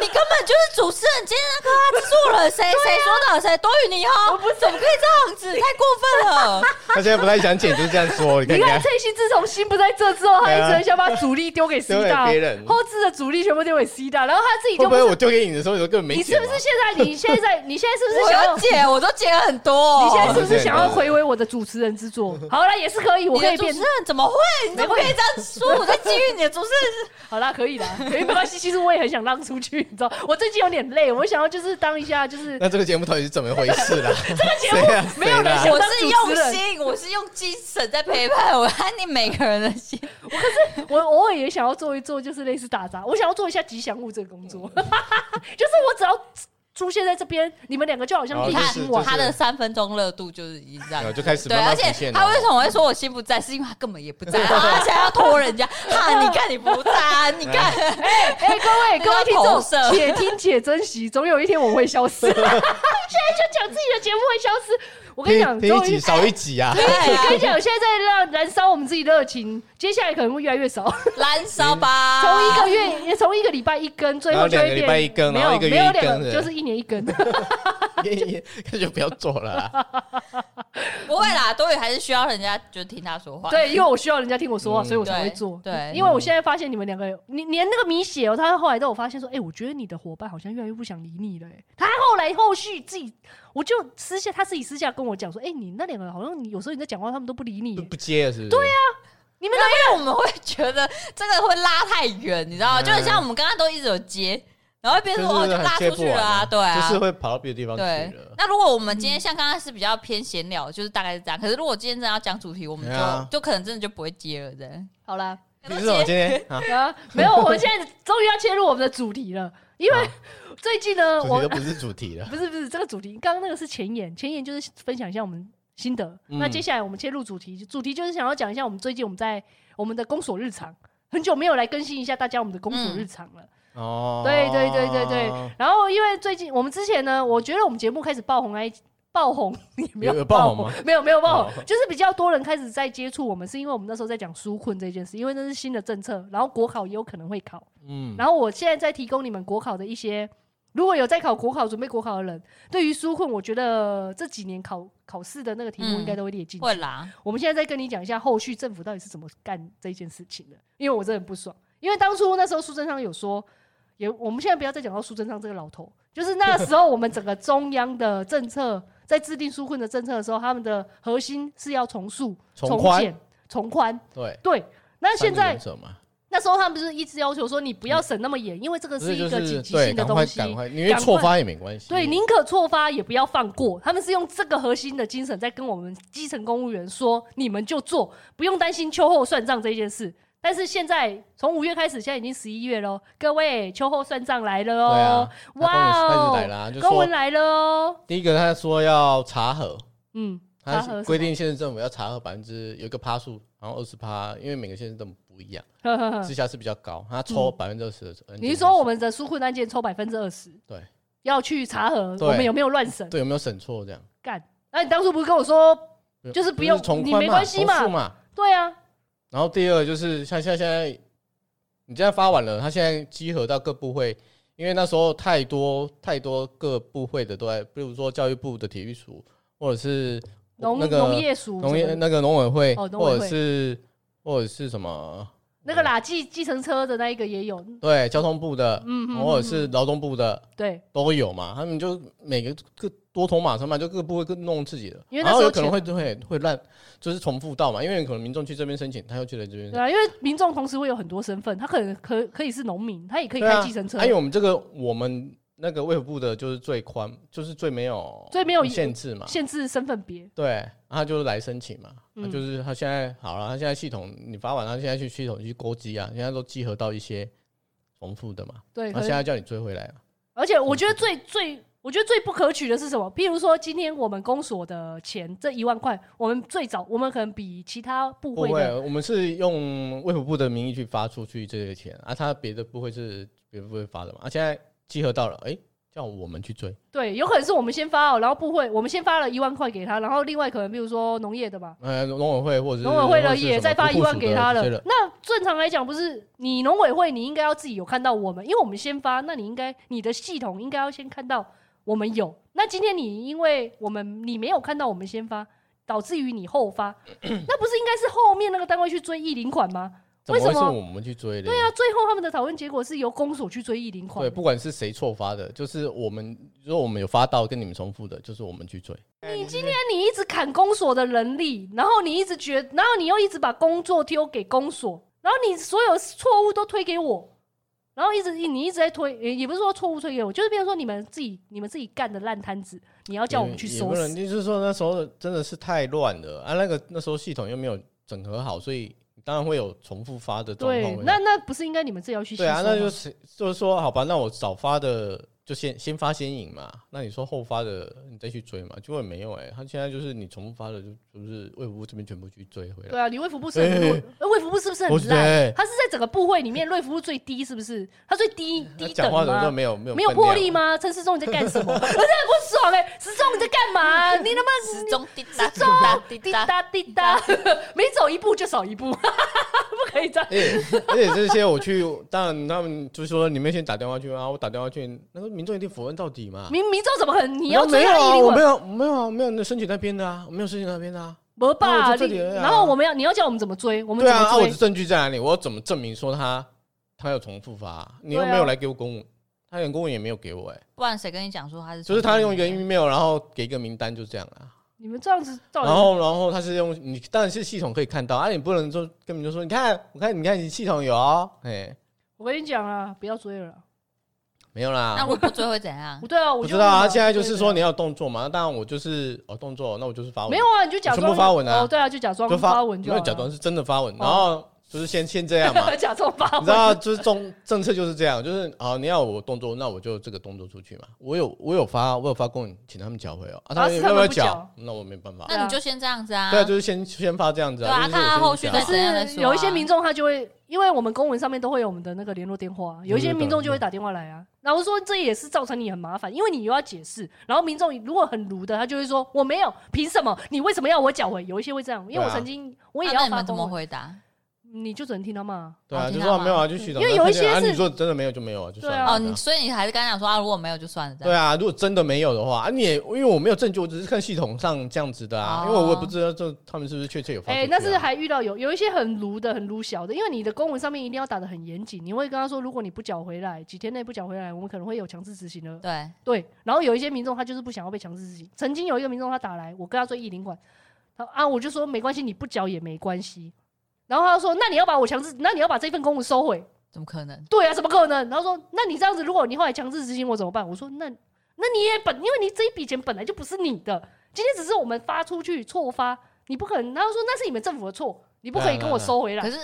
你根本就是主持人兼那个啊制作 人，谁
啊
谁说的？谁多于你哦？怎么可以这样子？太过分 了！
他现在不太想剪，就是这样说，你看
你
你
看
看，
蔡西自从心不在这之后，他
对
一
啊
直很想把主力丢给 C
丢给
大
别，人
后置的主力全部丢给 C 大，然后他自己
会不
就不
会
是
我丢给你的时候，你都根本没
你
剪
是
嘛？
不是现在？你现在？你现在是不是
我
想要
有？解，我都解了很多。
你现在是不是想要回味我的主持人之 作？好了，也是可以，我
你
可
的
以
主
变
持。人怎么会？你怎么可以这样说？ 我在基于你的主持人是
好啦，可以啦，可以，没关系。其实我也很想让出去，你知道，我最近有点累，我想要就是当一下，就是
那这个节目到底是怎么回事 啦？这个
节目没有人想
啊
我
当
是
主持
用
人
心，我是用精神在陪伴我，安你每个人的心。
我偶尔也想要做一做，就是类似打杂，我想要做一下吉祥物这个工作，
嗯
就是我只要出现在这边，你们两个就好像
好
定
你看
哦就
心
是
丸。
就是
他的三分钟热度就是已经这样
就开始
对，
慢
而
慢
且他为什
么？
么会说我心不在，是因为他根本也不 在，他想要拖人家。哈，你看你不在啊，你看，
哎、各位 各
那个
位听众
投射，
且听且珍惜，总有一天我会 消失。现在就讲自己的节目会消失，我跟你讲，
听听一
终
集
于
少一集啊！
对
我跟
啊
你讲，现在在让燃烧我们自己热情，接下来可能会越来越少。
啊
燃烧吧，
从一个月，从一根礼拜一根，最后就
然后
会
两个
变
礼拜一根
没
然后
有
一个月
没有
一根是
两个，
不是
就是一年一根。 哎
那就不要做了啦。
不会啦，多余还是需要人家就听他说话。
对，因为我需要人家听我说话，
嗯
所以我
对，
才会做。
对，
因为我现在发现你们两个，你连那个米雪哦，他后来都有发现说，哎、我觉得你的伙伴好像越来越不想理你了、哎，他后来后续自己，我就私下他自己私下跟我讲说，哎、你那两个好像你有时候你在讲话，他们都不理你、
不
哎
不接了是不是？对呀，
你们因为我们会觉得这个会拉太远，你知道吗？
嗯
就很像我们刚刚都一直有接，然后别人说哦
就
就是拉
很接
出
不
去
完
了啊，对啊，
就是会跑到别的地方
对
去了，。
那如果我们今天像刚开始比较偏闲聊，就是大概是这样。可是如果今天真的要讲主题，我们
对啊
就就可能真的就不会接了，这样。
好啦，
你是我今天啊，
啊，没有，我们现在终于要切入我们的主题了，因为
好
最近呢，
主题
我
都不是主题 了。
不是不是这个主题，刚刚那个是前言，前言就是分享一下我们心得。
嗯
那接下来我们切入主题，主题就是想要讲一下我们最近我们在我们的公所日常，很久没有来更新一下大家我们的公
嗯
所日常了。
哦，
对对对对
嗯
对，然后因为最近我们之前呢，我觉得我们节目开始爆红哎，爆红 也没
有有
爆
爆红吗？
没有没有爆红，
哦
就是比较多人开始在接触我们，是因为我们那时候在讲纾困这件事，因为那是新的政策，然后国考也有可能会考。
嗯，
然后我现在在提供你们国考的一些，如果有在考国考、准备国考的人，对于纾困，我觉得这几年考考试的那个题目
嗯
应该都会列进去。
会啦，
我们现在再跟你讲一下后续政府到底是怎么干这件事情的，因为我真的很不爽。因为当初那时候苏贞昌有说，也我们现在不要再讲到苏贞昌这个老头，就是那时候我们整个中央的政策在制定纾困的政策的时候，他们的核心是要重塑、
从宽
减、从宽。
对，
对，那现在
什么？
那时候他们就是一直要求说你不要审那么严，因为这个
不是
是
就
一个
是
紧急性
对，
的
赶
东
快
西，
赶快，因为错发也没关系。
对，宁可错发也不要放过。他们是用这个核心的精神在跟我们基层公务员说，你们就做，不用担心秋后算账这件事。但是现在从五月开始，现在已经十一月喽，各位秋后算账来
对
了哦
啊，，他
哇
公文开始来
哦，
啦，就
公文
说
来了哦，
第一个他说要查核，
嗯，
他
查核
规定县市政府要查核百分之有一个趴数，然后二十趴，因为每个县市政府不一样，
呵呵呵
直辖市比较高，他抽百分之二十的。
嗯你是说我们的纾困案件抽百分之二十，
对，
要去查核
对
我们有没有乱审
对有没有审错这样？
干？那你当初不是跟我说，就是不用
从
你
宽
没
嘛
关系
从
嘛
速嘛。
对啊，
然后第二个就是像像现在，你现在发完了，他现在集合到各部会，因为那时候太多太多各部会的都在，比如说教育部的体育署，或者是
农
那个
农业署
农
什
业
么
那个农委会，
哦农委
或
会
者是或者是什么
那个啦，计计程车的那一个也有，嗯
对交通部的，
嗯嗯，
或者是劳动部的
对，
都有嘛，他们就每个各多头马车嘛，就各部会各弄自己的，
因为那
然后
时候
有可能会会会乱，就是重复到嘛，因为可能民众去这边申请，他又去了这边申
对啊，因为民众同时会有很多身份，他可能可可以是农民，他也可以
对
开
啊，
计程车
还，有我们这个我们那个卫福部的就是最宽，就是最没有
最没有
限制嘛。
限制身份别，
对，他就是来申请嘛，
嗯
他就是他现在好了，他现在系统你发完，他现在去系统去勾稽啊，现在都集合到一些重复的嘛，
对，
他
可
啊现
能
在叫你追回来嘛，
而且我觉得最最。我觉得最不可取的是什么？譬如说，今天我们公所的钱这一万块，我们最早，我们可能比其他部
不
会
会啊
的，，
我们是用卫福部的名义去发出去这些钱啊，他别的部会是别的部会发的嘛，啊，现在集合到了，哎、叫我们去追，
对，有可能是我们先发哦，然后部会我们先发了一万块给他，然后另外可能比如说农业的吧，
呃，农委会或者是
农委会
或
呢
者是
也
什么
再发
国
一
库
万
署
给
的
他
这
了
些。的
那正常来讲，不是你农委会，你应该要自己有看到我们，因为我们先发，那你应该你的系统应该要先看到我们有。那今天你因为我们你没有看到我们先发，导致于你后 发，那不是应该是后面那个单位去追意领款吗？
怎么
为
会
什
是
么
我们去追的？
对啊，最后他们的讨论结果是由公所去追意领款
对，。不管是谁错发的，就是我们，如果我们有发到跟你们重复的，就是我们去追。
你今天你一直砍公所的人力，然后你一直觉，然后你又一直把工作丢给公所，然后你所有错误都推给我，然后一直你一直在推，也也不是说错误推给我，就是变成说你们自己你们自己干的烂摊子，你要叫我们去
也也
收
不
拾
能，。就是说那时候真的是太乱了啊！那个那时候系统又没有整合好，所以当然会有重复发的状况
对
会。，
那那不是应该你们自己要去吸
对
收
啊，
吗？
那就是就是说，好吧，那我早发的就先先发先赢嘛。那你说后发的你再去追嘛？结果也没有哎、他现在就是你重复发的就就是卫福部这边全部去追回来。
对啊，你卫福部是很
哎
弱，呃卫福部是不是
我
很
觉得
烂
哎？
他是在整个部会里面，卫福部最低是不是？他最低
他
低
讲
等
话怎么
吗
都？没有没有
没有
分
魄
量
力吗？陈世忠你在干什么？我 真的很不爽哎、欸！时钟你在干嘛、 你能不能
时钟滴答滴答滴
滴
答，
答滴答， 每走一步就少一步， 不可以这样。
而且而且这些我去，当然他们就说你们先打电话去啊，我打电话去，那个民众一定否认到底嘛。
明明知道怎么很，
你
你要
没
追
有
他
啊？
一
我没
定会
有没有啊没有那申请那边的啊，我没有申请那边的啊。
没
那
吧？
我就这
你
里而已啊
然后我们要你要叫我们怎么追，我们
对
怎
啊，啊
么
我的
追？
证据在哪里？我要怎么证明说他他有重复发啊？你又
对啊
没有来给我公文，他连公文也没有给我哎，
不然谁跟你讲说他是？
就是他用一个 email，然后给一个名单就这样啊。
你们这样子到底？
然后然后他是用你当然是系统可以看到啊，你不能说根本就说你看我看你看你系统有哦，哎
我跟你讲啊，不要追了啦。
没有
那
啦
如。果不追会怎样
不？对啊，我
不
就
知道啊，
问
现在就是说
对
你要有动作嘛，那当然我就是哦动作，那我就是发文
对没有啊，你就假
全
装
部发文啊
哦，对啊，就假装
就
发文就
没
好
有
了
假装是真的发文，然后就是先先这样
，
嘛
假装发
你
文
知。道，就是政政策就是这样，就是啊，你要我动作，那我就这个动作出去嘛。我有我有发我有发公文，请他们缴回哦，啊，
啊
他们
是
有
他
没
们
有
不
缴
缴？
那我没办法。
那你就先这样子啊。
对啊，就是先先发这样子
对啊
就是
看他
我先
后续
缴
的
可
怎样来
是
说
有一
啊
些民众他就会，因为我们公文上面都会有我们的那个联络电话啊，有一些
对对
民众就会
对
打电话来啊。然后说这也是造成你很麻烦，因为你又要解释，然后民众如果很鲁的，他就会说我没有，凭什么？你为什么要我缴回？有一些会这样，因为我
对啊
曾经我
那
也
那
要
你
发
们怎
公
么
文，
回答？
你就只能听他骂。
对啊，
哦
就
听
说
他
啊
吗
没有啊，就续的。
因为有一些
那看见啊，
是
你说真的没有就没有啊，就算了。
对啊
哦，
对
你所以你还是跟他讲说啊，如果没有就算了这
对
样。
啊，如果真的没有的话啊，你也因为我没有证据，我只是看系统上这样子的啊，
哦
因为我也不知道这他们是不是确切有发出去啊。
哎、但是还遇到有有一些很鲁的、很鲁小的，因为你的公文上面一定要打的很严谨，你会跟他说，如果你不缴回来，几天内不缴回来，我们可能会有强制执行的
对，
对，啊然后有一些民众他就是不想要被强制执行。曾经有一个民众他打来，我跟他说一领馆，他啊我就说没关系，你不缴也没关系。然后他说那你要把我强制，那你要把这份公文收回。
怎么可能？
对啊，怎么可能？然后说那你这样子，如果你后来强制执行我怎么办？我说那那你也本因为你这一笔钱本来就不是你的，今天只是我们啊发出去错发，你不可能。他就说那是你们政府的错，你不可以跟我收回来。
可是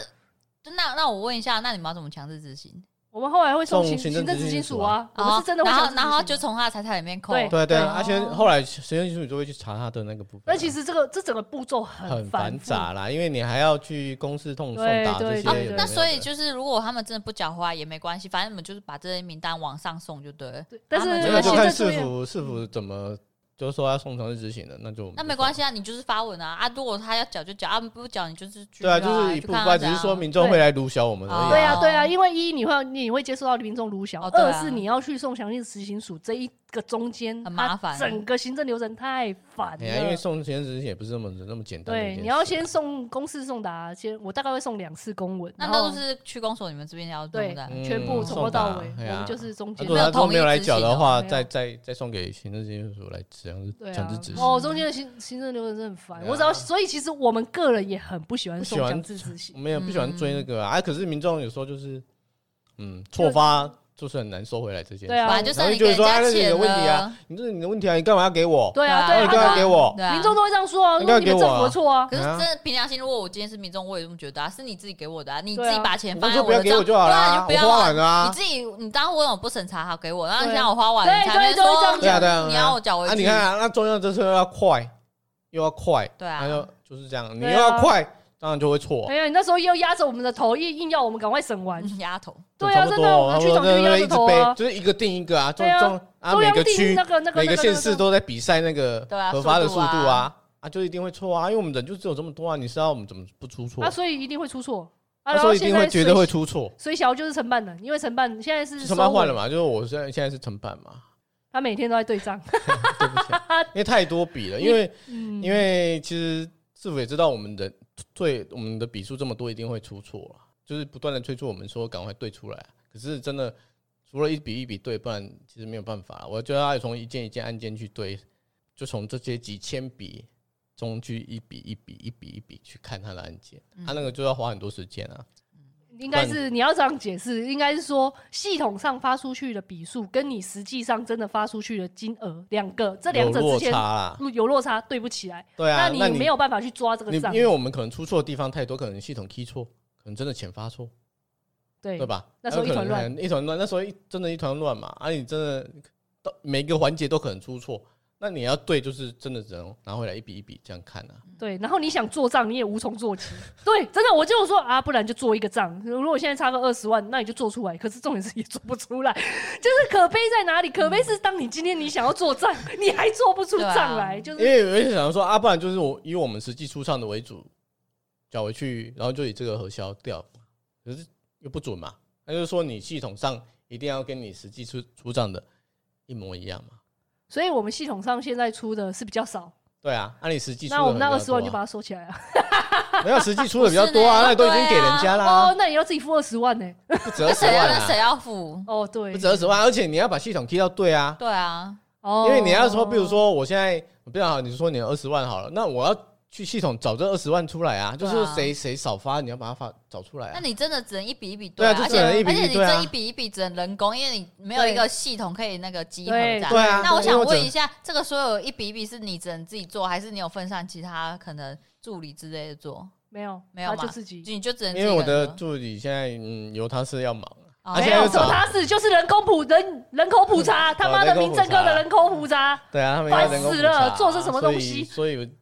那那我问一下，那你们要怎么强制执行？
我们后来会送
送
行
行
行
政
政
执
执
行
行
署
署
啊
啊，我们是真的会
然
强制
后哦
执
然后
行
就
署
从他的财产里面扣。
对
对啊对，
对
而且后来实验组就会去查他的那个部分。
哎
啊
哦那其实这个这整个步骤很
很
繁
繁
复
杂啦，因为你还要去公司痛送
对
达这些
对
有啊的
对
没
对
有的。
啊那所以就是，如果他们真的不缴回来也没关系，反正你们就是把这些名单往上送啊就
嗯
对了。
对但是
他们
这个就
行
看
政
市
作业
府市府
嗯
怎么就说要送强制执行的，那就
那没关
系。
系啊，你就是发文啊啊！如果他要缴就缴，啊不缴你就是去
对啊，就是一
去
步
看
吧，
他
只
怎
是说
样
民众会来撸小我们而已。
对
啊，
啊，对啊，因为一你会你会接受到民众รู้小，
哦对啊
二是你要去送详细执行署这一个中间
很麻烦
它整个行政流程太烦
哎呀，因为
了。
送强制执行也不是那么那么简单的一件
对，
事。啊
你要先送公示送达，先我大概会送两次公文，
那
然后
都是区公所你们这边要弄
对
的啊。
嗯
全部从头到尾，
送达
我
哎呀
们就是中
啊
间
如果他都没有来缴的话，
没有
再再再送给行政监署来这样
对
强制
啊
执，行。
哦，中间的行行政流程真的很烦。
对啊
我只要所以其实我们个人也很不喜欢
不
送
喜欢
强制执行
我，们也不喜欢追那个啊，啊可是民众有时候就是嗯错发，就是很难收回来这件事。
对啊
本来就算你给人
然
家
后就觉得
钱
说哎那是你的问题啊，你
了
这是你的问题啊，你干嘛要给我？
对啊，
那
对
对啊
啊，
你干嘛给我？
对啊，
民众都会这样说啊，
应
说
该
你们
给我
政
啊
府的错啊，
可是
啊
真的凭良心，如果我今天是民众，我也这么觉得啊，是你自己给我的啊，你
对
自
啊
己把钱
你
放
就说
在我
不要
的
给
账，
我就好
对啊，
啦，
你
我
就不要
花完
啊，
了啊
你自己你当初为什么不审查好给我？然后
对
现在我花完
对
了，你才在那边
对就是这
说
样
对啊对啊
你要我缴回
啊，
去，
你看啊，那中央这车要快，又要快，
对啊
它就就是这样，你又
对啊
要快，当然就会错
哎，呀，你那时候又压着我们的头，硬硬要我们赶快审完，
嗯丫头，
对啊
差不
真的
多，
我们区长就
那
压
一
着
直
头
背，
啊
就是一个定一个啊，中
对啊
中啊
都
每
要
个
定
区
那个那个
每
那
个县市
那
都在比赛那个
对啊
核发的
速
速
度
度
啊
啊，啊就一定会错啊，因为我们人就只有这么多啊，你知道我们怎么不出错
啊，？所以一定会出错
那
啊，然
时
后
候一定
现在
会觉得会
水
出错，
水小就是承办的，因为承办现在是
是承办
收尾
换了，嘛，就是我现在现在是承办嘛，
他每天都在 对账，
对不起啊，因为太多笔了，因为
嗯，
因为其实市府也知道我们人对我们的笔数这么多，一定会出错啊，就是不断的催促我们说赶快对出来啊。可是真的除了一笔一笔对，不然其实没有办法啊。我觉得要从一件一件案件去对，就从这些几千笔中去一笔一笔一笔一笔去看他的案件，
嗯
他、那个就要花很多时间啊。
应该是你要这样解释，应该是说系统上发出去的笔数跟你实际上真的发出去的金额两个，这两
有
者之
落
间嗯
差啦，
有落差，对不起来，
对啊，
你没有办法去抓这
你
个账
因，为我们可能出错的地方太多，可能系统 key 错，可能真的钱发错，
对
对吧？
那时候一团乱
有可能，一团乱，那时候一真的一团乱嘛。啊，你真的到每个环节都可能出错，那你要对，就是真的只能拿回来一笔一笔这样看啊。
对，然后你想做账，你也无从做起。对，真的，我就说啊，不然就做一个账。如果现在差个二十万，那你就做出来。可是重点是也做不出来，就是可悲在哪里？可悲是当你今天你想要做账，你还做不出
啊
账来，就
因
是
为有一些想说啊，不然就是我以我们实际出唱的为主，缴回去，然后就以这个核销掉，可是又不准嘛。那就是说你系统上一定要跟你实际出出账的一模一样嘛。
所以我们系统上现在出的是比较少。
对啊，按、你实际出的
那我们那
比较
二十万
多啊
就把它收起来啊。
没有实际出的比 较多啊，
不是呢
那都已经给人家啦
哦，，那你要自己付二十万呢、
不止
那
二十
谁要
万
那谁
啊，
要付？
哦，对
不，止二十万，而且你要把系统 key 到对啊，
对啊，
哦，
因为你要说，比如，说我现在，嗯比如好，你说你二十万好了，那我要去系统找这二十万出来啊，就
对啊
是谁谁少发，你要把它发找出来
那
啊。
你真的只能一笔一笔
对啊
而
就
且
只能一笔一笔
而且你
对啊
这一笔一笔只能人工，因为你没有
对
一个系统可以那个集合这
对
样。
对啊
那我
因
想
为我只
问一下，这个所有一笔一笔是你只能自己做，还是你有分散其他可能助理之类的做？
没有，
没有嘛
他就自己。
你就只能
因为我的
自己
助理现在，嗯，由他是要忙，
哦
而且
没
要
有，说
找，
他是就是人工普人人口普查，他妈的民政科的人口普查。
对啊，他们要人工
烦死
复
了
查啊，
做这什么东西
所以所以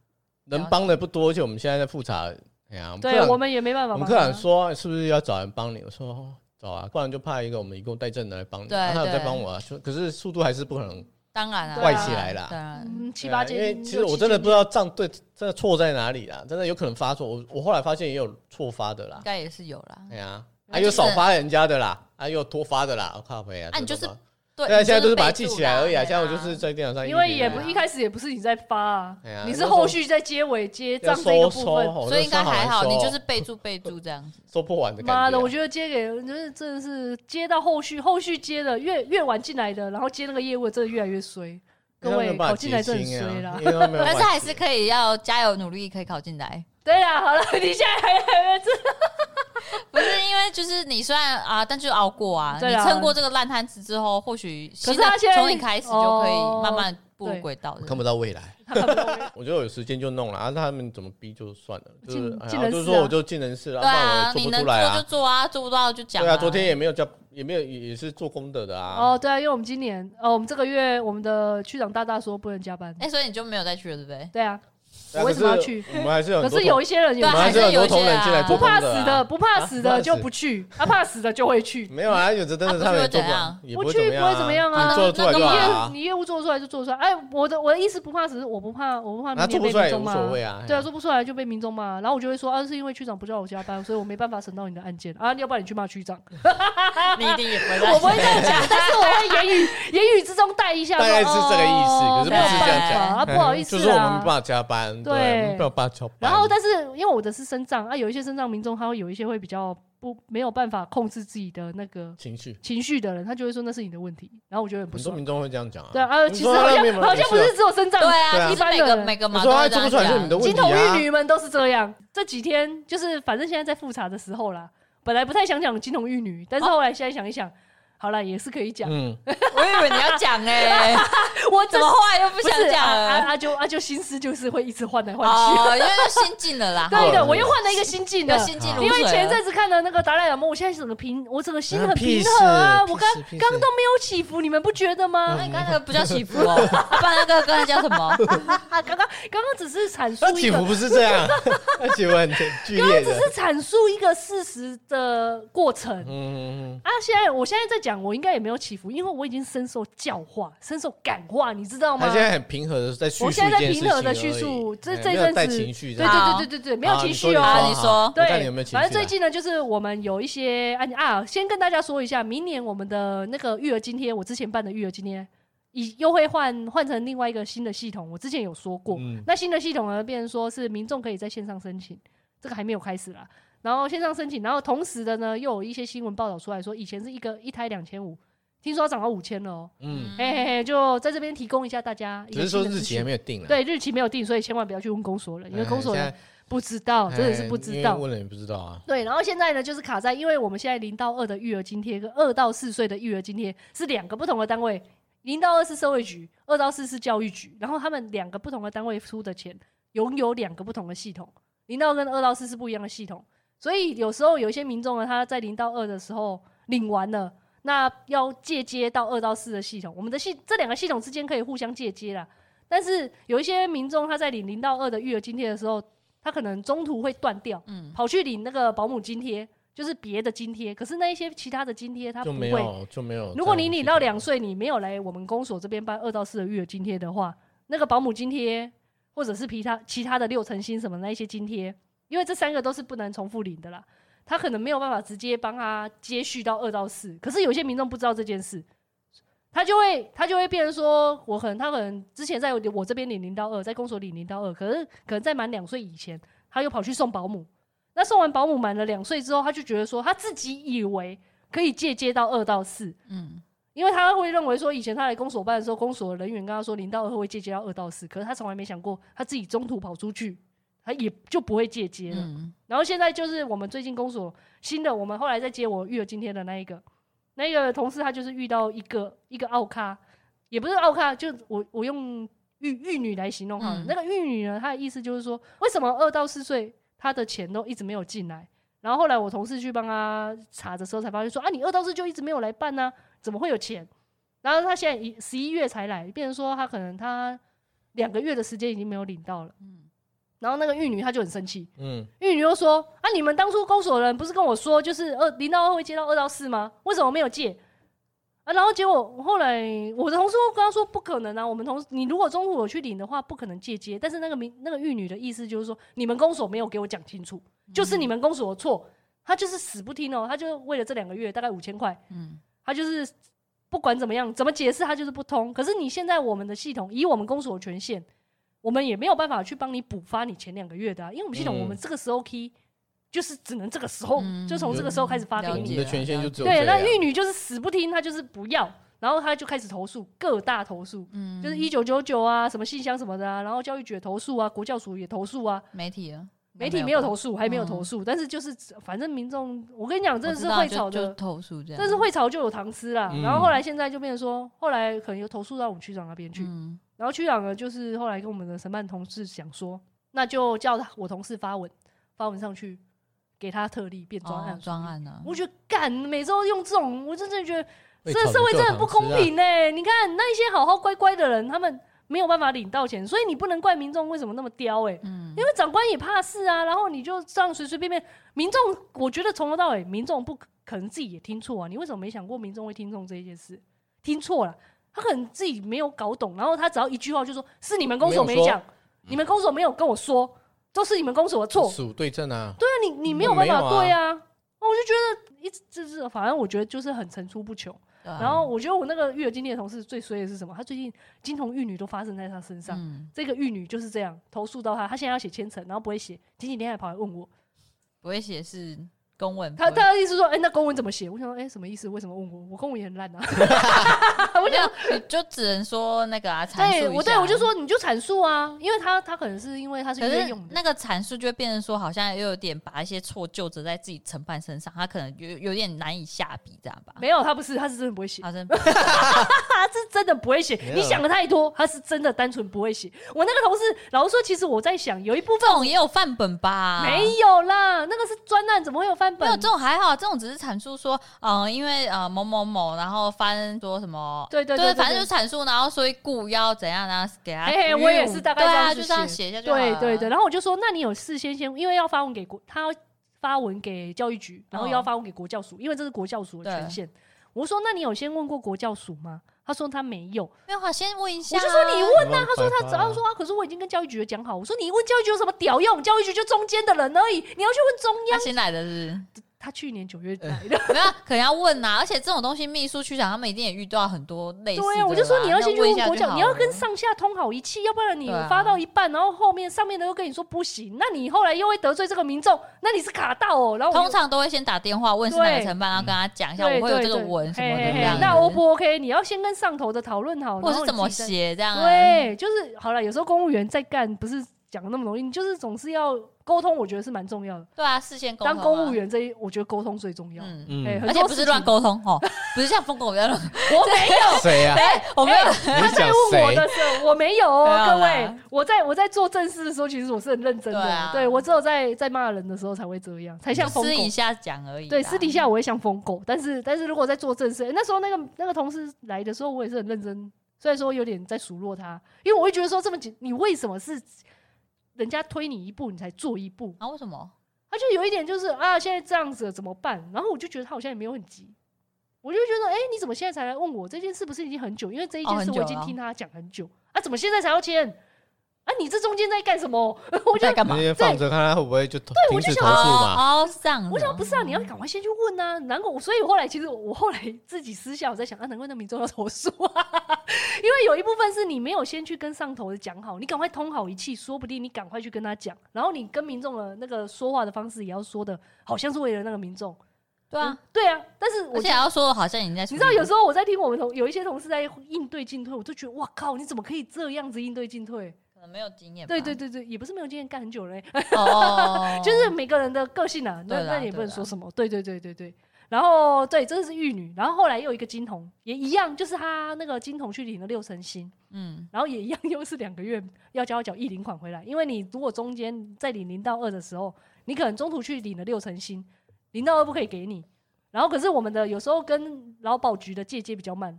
能帮的不多，而且我们现在在复查，哎呀，们
对
科长
我们也没办法
我
帮他。
们科长说哎是不是要找人帮你？我说哦找啊，不然就派一个我们一共带证的来帮你，
对
然后他有在
对
帮我啊，说可是速度还是不可能
当然啊，
外
起来啦
当然
嗯，七
对
八
啊
件。
因为其实
六七
我真的
件
不知道账对真的错在哪里啦，真的有可能发错。我我后来发现也有错发的啦
应，该也是有啦。
哎呀，
嗯
还有少发人家的啦，还有多发的啦，我靠回啊！
啊你
这
就是
怎么
对，
对啊，
你
现在都是把它
备
记
注
起来而已啊。
啦
现在我就是在电脑上一
因
点
为
点啊，
也不一开始也不是你在发啊
哎呀，
你是后续在结尾结账
要
这个
收
部
收
分。
好，
所以应该还好，
收
你就是备注备注 这样子。
收不完的感觉啊。
妈的，我觉得接给就是真的是接到后续，后续接的越越晚进来的，然后接那个业务真的越来越衰。各
因为
位
没有办
考
法
进
结
来真的很
清
衰
啊
啦。
因为他没有办法结，
但是还是可以要加油努力，可以考进来。
对啦，好了，你现在还还这
不是因为就是你虽然啊，但就熬过啊，
对
你
啊
撑过这个烂摊子之后，或许新
可
的
是他现在哦
从你开始就可以慢慢步入
对
轨道的。
看不到未来。
他看不懂
我觉得有时间就弄了啊，他们怎么逼就算了，就
进
是哎
进
呀，
人
就是
事
说
啊
我就进人事了，
对
不然
啊
我，也
你
做不
能
出来
做就
啊。
做啊，做不到就讲。
对啊，昨天也没有叫，也没有也是做功德的啊。
哦，对啊，因为我们今年，哦，我们这个月我们的区长大大说不能加班，
哎，所以你就没有再去了，对 不对？
对啊，
对啊
我为什么要
可是
去
我们还是有
可
很多
是
同，
有一些人有
我
对啊
们还
不
是有很多同
还是有一些啊
仁进来做
怕
功
死
德啊
的，不
啊不怕
怕死的
死
就不去，啊，怕死的就会去。
没有啊，有的真的
啊
他们也
不是
做
会怎样
啊，也不
不
会
去
怎么
不会怎么样啊
你做得出来
那
就
干嘛
好
业
啊
务，你业务做得出来就做得出来，哎，我的我的意思不怕死，是我不怕，我不怕
那做
明天
不
被
出来
民
也
众
无
骂。
所谓啊。
对啊，做不出来就被民众骂，然后我就会说啊，是因为区长不叫我加班，所以我没办法审到你的案件啊，要不然你去骂区长。
你一定也不会
我不会啊这样 讲，但是我会言语言语之中带一下说，
大概是这个意思可
哦
是
不是这样
没有办法啊，
哎
不好意思
就
啊，
是我们没办法加班，
对
对，我们没有办法加班。
然后，但是因为我的是身障啊，有一些身障民众，他会有一些会比较不没有办法控制自己的那个
情绪，
情绪的人，他就会说那是你的问题，然后我就很不
很多
爽。
民众会这样讲啊。
对啊，
你
其实
说
好
那边
像
有人
好像不是只有身障，
对啊，
对啊
其实每
一般的
个
人
每个
你
嘛
说
都
他
会这
做不
样
出来是
讲
你。的问
金
题
童
啊
玉。女们都是这样。这几天就是反正现在在复查的时候啦，本来不太想讲金童玉女，但是后来现在想一想，好了也是可以讲。
哦嗯，
我以为你要讲哎，
我
怎
怎
么后来又不
不
想
是啊
讲
啊
了？
啊就啊就心思就是啊会一直换来换去。
哦，因为就心境了啦，
对
哦
的，我又换了一个心境
有
的。
心境如水了。
因为前阵子看了那个达赖喇嘛，我现在整个平，我整个心很
啊屁
平和啊，
事
我刚
屁事屁事嗯
刚都没有起伏，你们不觉得吗？
那你哎刚才那个不叫起伏哦，不然那个刚才叫什么？
啊，刚刚刚刚只是阐
那
述一
起
个
伏，不是这样，那起伏很剧烈
只
的。
是阐述一个事实的过程
嗯，
啊。现在我现在在讲，我应该也没有起伏，因为我已经深受教化，深受感化，你知道
他
吗
现？在很平和的在叙述
我
一
现在在
件事
平
情
和
而
的
已
叙述，这
哎
这一
没有
阵
带
子，
情绪这
对对
样，
样
对对对对，没有
啊
情
你
绪
说
哦
啊，
好。
你说
我
对，
看你有没有情绪啊
反正最近呢，就是我们有一些案啊，先跟大家说一下，明年我们的那个育儿津贴，我之前办的育儿津贴，以又会换换成另外一个新的系统。我之前有说过，
嗯
那新的系统呢，变成说是民众可以在线上申请，这个还没有开始啦。然后线上申请，然后同时的呢，又有一些新闻报道出来说，以前是一个一胎两千五，听说要涨到五千了哦、
嗯，
嘿嘿嘿，就在这边提供一下大家一
只
个
是
新
说
的
日
资
期
讯。
还没有定了。
对日期没有定，所以千万不要去问公所了，
哎，
因为公所
现
呢
在
不知道，哦真的是
哎
不知
因为
道。
问了也不知道啊。
对，然后现在呢，就是卡在，因为我们现在零到二的育儿津贴跟二到四岁的育儿津贴是两个不同的单位，零到二是社会局，二到四是教育局，然后他们两个不同的单位出的钱拥有两个不同的系统，零到二跟二到四是不一样的系统，所以有时候有一些民众呢，他在零到二的时候领完了。那要借接到二到四的系统，我们的系这两个系统之间可以互相借接啦。但是有一些民众他在领零到二的育儿津贴的时候，他可能中途会断掉，
嗯，
跑去领那个保姆津贴，就是别的津贴。可是那一些其他的津贴他
就
不
没
会。
有就没有。
如果你领到两，岁，你没有来我们公所这边办二到四的育儿津贴的话，那个保姆津贴或者是其他其他的六成薪什么那一些津贴，因为这三个都是不能重复领的啦。他可能没有办法直接帮他接续到二到四，可是有些民众不知道这件事，他就会他就会变成说，我可能他可能之前在我这边领零到二，在公所领零到二，可是可能在满两岁以前，他又跑去送保姆。那送完保姆满了两岁之后，他就觉得说他自己以为可以借接到二到四，
嗯，
因为他会认为说以前他来公所办的时候，公所人员跟他说零到二会借接到二到四，可是他从来没想过他自己中途跑出去，他也就不会借接了。
嗯，
然后现在就是我们最近公所新的，我们后来在接我育儿今天的那一个，那个同事他就是遇到一个一个奥咖，也不是奥咖，就我我用玉玉女来形容好了。
嗯
那个玉女呢，她的意思就是说，为什么二到四岁她的钱都一直没有进来？然后后来我同事去帮她查的时候，才发现说啊，你二到四就一直没有来办呢、怎么会有钱？然后她现在一十一月才来，变成说她可能她两个月的时间已经没有领到了。
嗯
然后那个玉女她就很生气，
嗯，
玉女又说：“啊，你们当初公所的人不是跟我说，就是二零到二会接到二到四吗？为什么没有借？”啊，然后结果后来我的同事跟他说：“不可能啊，我们同你如果中途我去领的话，不可能借接。”但是那个民那个玉女的意思就是说，你们公所没有给我讲清楚，就是你们公所的错。他就是死不听哦，他就为了这两个月大概五千块，
嗯，
他就是不管怎么样，怎么解释他就是不通。可是你现在我们的系统，以我们公所的权限，我们也没有办法去帮你补发你前两个月的、啊，因为我们系统
嗯
我们这个时候 key 就是只能这个时候，
嗯
就从这个时候开始发
我
给
了
们
解
你。
的权限就只有
对，
这样
那玉女就是死不听，她就是不要，然后她就开始投诉，各大投诉，
嗯
就是一九九九啊，什么信箱什么的啊，然后教育局也投诉啊，国教署也投诉啊，
媒体啊，
媒体没有投诉，还没有
嗯
投诉，但是就是反正民众，我跟你讲，
我
这
知
是
道，
会
就
吵的，
就投诉这样，
但是会吵就有糖吃啦。
嗯
然后后来现在就变成说，后来可能又投诉到我们区长那边去，
嗯
然后区长呢，就是后来跟我们的审办同事想说，那就叫他我同事发文，发文上去给他特例变专案
哦
处理
专案呢？
我觉得干，每周用这种，我真的觉得
被
这
炒
个
得
社会真的很
这
不
种
公
吃啊
平哦呢、你看那一些好好乖乖的人，他们没有办法领到钱，所以你不能怪民众为什么那么刁哎、
嗯
因为长官也怕事啊，然后你就这样随随便便，民众我觉得从头到尾，民众不可可能自己也听错啊，你为什么没想过民众会听错这一件事？听错了，他可能自己没有搞懂，然后他只要一句话就说：“是你们公所
没
没
有说
讲，你们公所没有跟我说，都是你们公所的错。”
属对症啊，
对啊，你你没有办法对啊，我就觉得一直就是，反正我觉得就是很层出不穷。
对啊
然后我觉得我那个育儿经历的同事最衰的是什么？他最近金童玉女都发生在他身上。
嗯，
这个玉女就是这样投诉到他，他现在要写千层，然后不会写，前几天还跑来问我，
不会写是公文，
他
不会
他的意思说，哎、那公文怎么写？我想说，哎、什么意思？为什么问我？我公文也很烂啊。我
没
想
有，你就只能说那个啊， 阐述
对，
一
哎我对
下
我就，说你就阐述啊，因为他他可能是因为他是
可
约
是
用的，
那个阐述就会变成说，好像又有点把一些错就责在自己承办身上，他可能有有点难以下笔，这样吧？
没有他不是，他是真的不会写。
好像
他是真的不会写
没，有
你想的太多，他是真的单纯不会写。我那个同事老实说，其实我在想，有一部
这种也有范本吧？
分没有啦，那个是专案，怎么会有翻
啊没
本
有？这种还好，这种只是阐述说，嗯、因为呃某某某，然后翻说什么，
对对
对
对，
反正就阐述，然后所以故要怎样，然后给他，
嘿嘿我也是大概
对啊，
这样子
就这样啊
写
写一下就好
对
了
对对。，然后我就说，那你有事先先，因为要发文给国，他要发文给教育局，然后
嗯
又要发文给国教署，因为这是国教署的权
对
限。我说，那你有先问过国教署吗？他说他没有。
没有啊，先问一下
我
啊，
就说你问呐、
乱
他说他
摆
只
发
要说啊，可是我已经跟教育局有讲好。我说你问教育局有什么屌用？教育局就中间的人而已，你要去问中
他
央。
新来的是
他去年九月来的。
不是 没有啊，可能要问呐、而且这种东西，秘书区长他们一定也遇到很多类似的啦。
对啊，我就说你要先去问
一下
国
就
教，
好了
你要跟上下通好一气，要不然你
对啊
发到一半，然后后面上面的又跟你说不行，那你后来又会得罪这个民众，那你是卡到哦、然后我
通
就
常都会先打电话问是哪
对
个承办，然后跟他讲一下
对
我会有
对
这个
对
文什么的
嘿嘿嘿
这样子，
那 O 不 OK？你要先跟上头的讨论好，
或
然
是
后
怎么
你自己
写这样
再。
啊？
对，就是好了。有时候公务员在干，不是讲的那么容易，你就是总是要沟通，我觉得是蛮重要的。
对啊，事先沟通啊
当公务，员这一，我觉得沟通最重要。
嗯，
嗯，
哎很
而且不是乱沟通 哦，不是像疯狗一样乱，
我没 有，哎
谁 啊？
我没有
你
在
讲
问我
谁？
的时候，我没有
没有
哦，
啦
各位，我在我在做正事的时候，其实我是很认真的，
对啊
对我只有在在骂人的时候才会这样，才像疯
私
狗
底。下讲而已啦。
对，私底下
啊
我会像疯狗，但是但是如果在做正事，欸那时候那个那个同事来的时候，我也是很认真，虽然说有点在数落他，因为我会觉得说这么紧，你为什么是人家推你一步你才做一步？
啊？为什么？
他就有一点就是啊，现在这样子了怎么办？然后我就觉得他好像也没有很急，我就觉得哎、欸你怎么现在才来问我这件事？不是已经很久？因为这一
哦
件
很
事我
久
已经
了
听他讲很久、啊，怎么现在才要签？啊，你这中间在干什 么？我就
在干嘛
那？些放着看他会不会就停止投诉嘛？
哦，哦是这样子哦。
我想不是啊，你要赶快先去问啊。难怪我，所以我后来其实我后来自己私下我在想啊，难怪那民众要投诉啊， 因为有一部分是你没有先去跟上头的讲好，你赶快通好一气，说不定你赶快去跟他讲，然后你跟民众的那个说话的方式也要说的，好像是为了那个民众。
对啊，
对啊，但是我
而且
觉
嗯
得
还要说好像你在，
你知道有时候我在听我们同有一些同事在应对进退，我就觉得哇靠，你怎么可以这样子应对进退？
可能没有经验吧，
对对对对，也不是没有经验，干很久了欸、，
哦
就是每个人的个性啊，那
对啦
那你也不能
对啦
说什么。对对对对对。然后对，这是玉女，然后后来又有一个金童，也一样，就是他那个金童去领了六成薪，
嗯，
然后也一样，又是两个月要交缴一领款回来，因为你如果中间在领零到二的时候，你可能中途去领了六成薪，零到二不可以给你。然后可是我们的有时候跟劳保局的借接比较慢，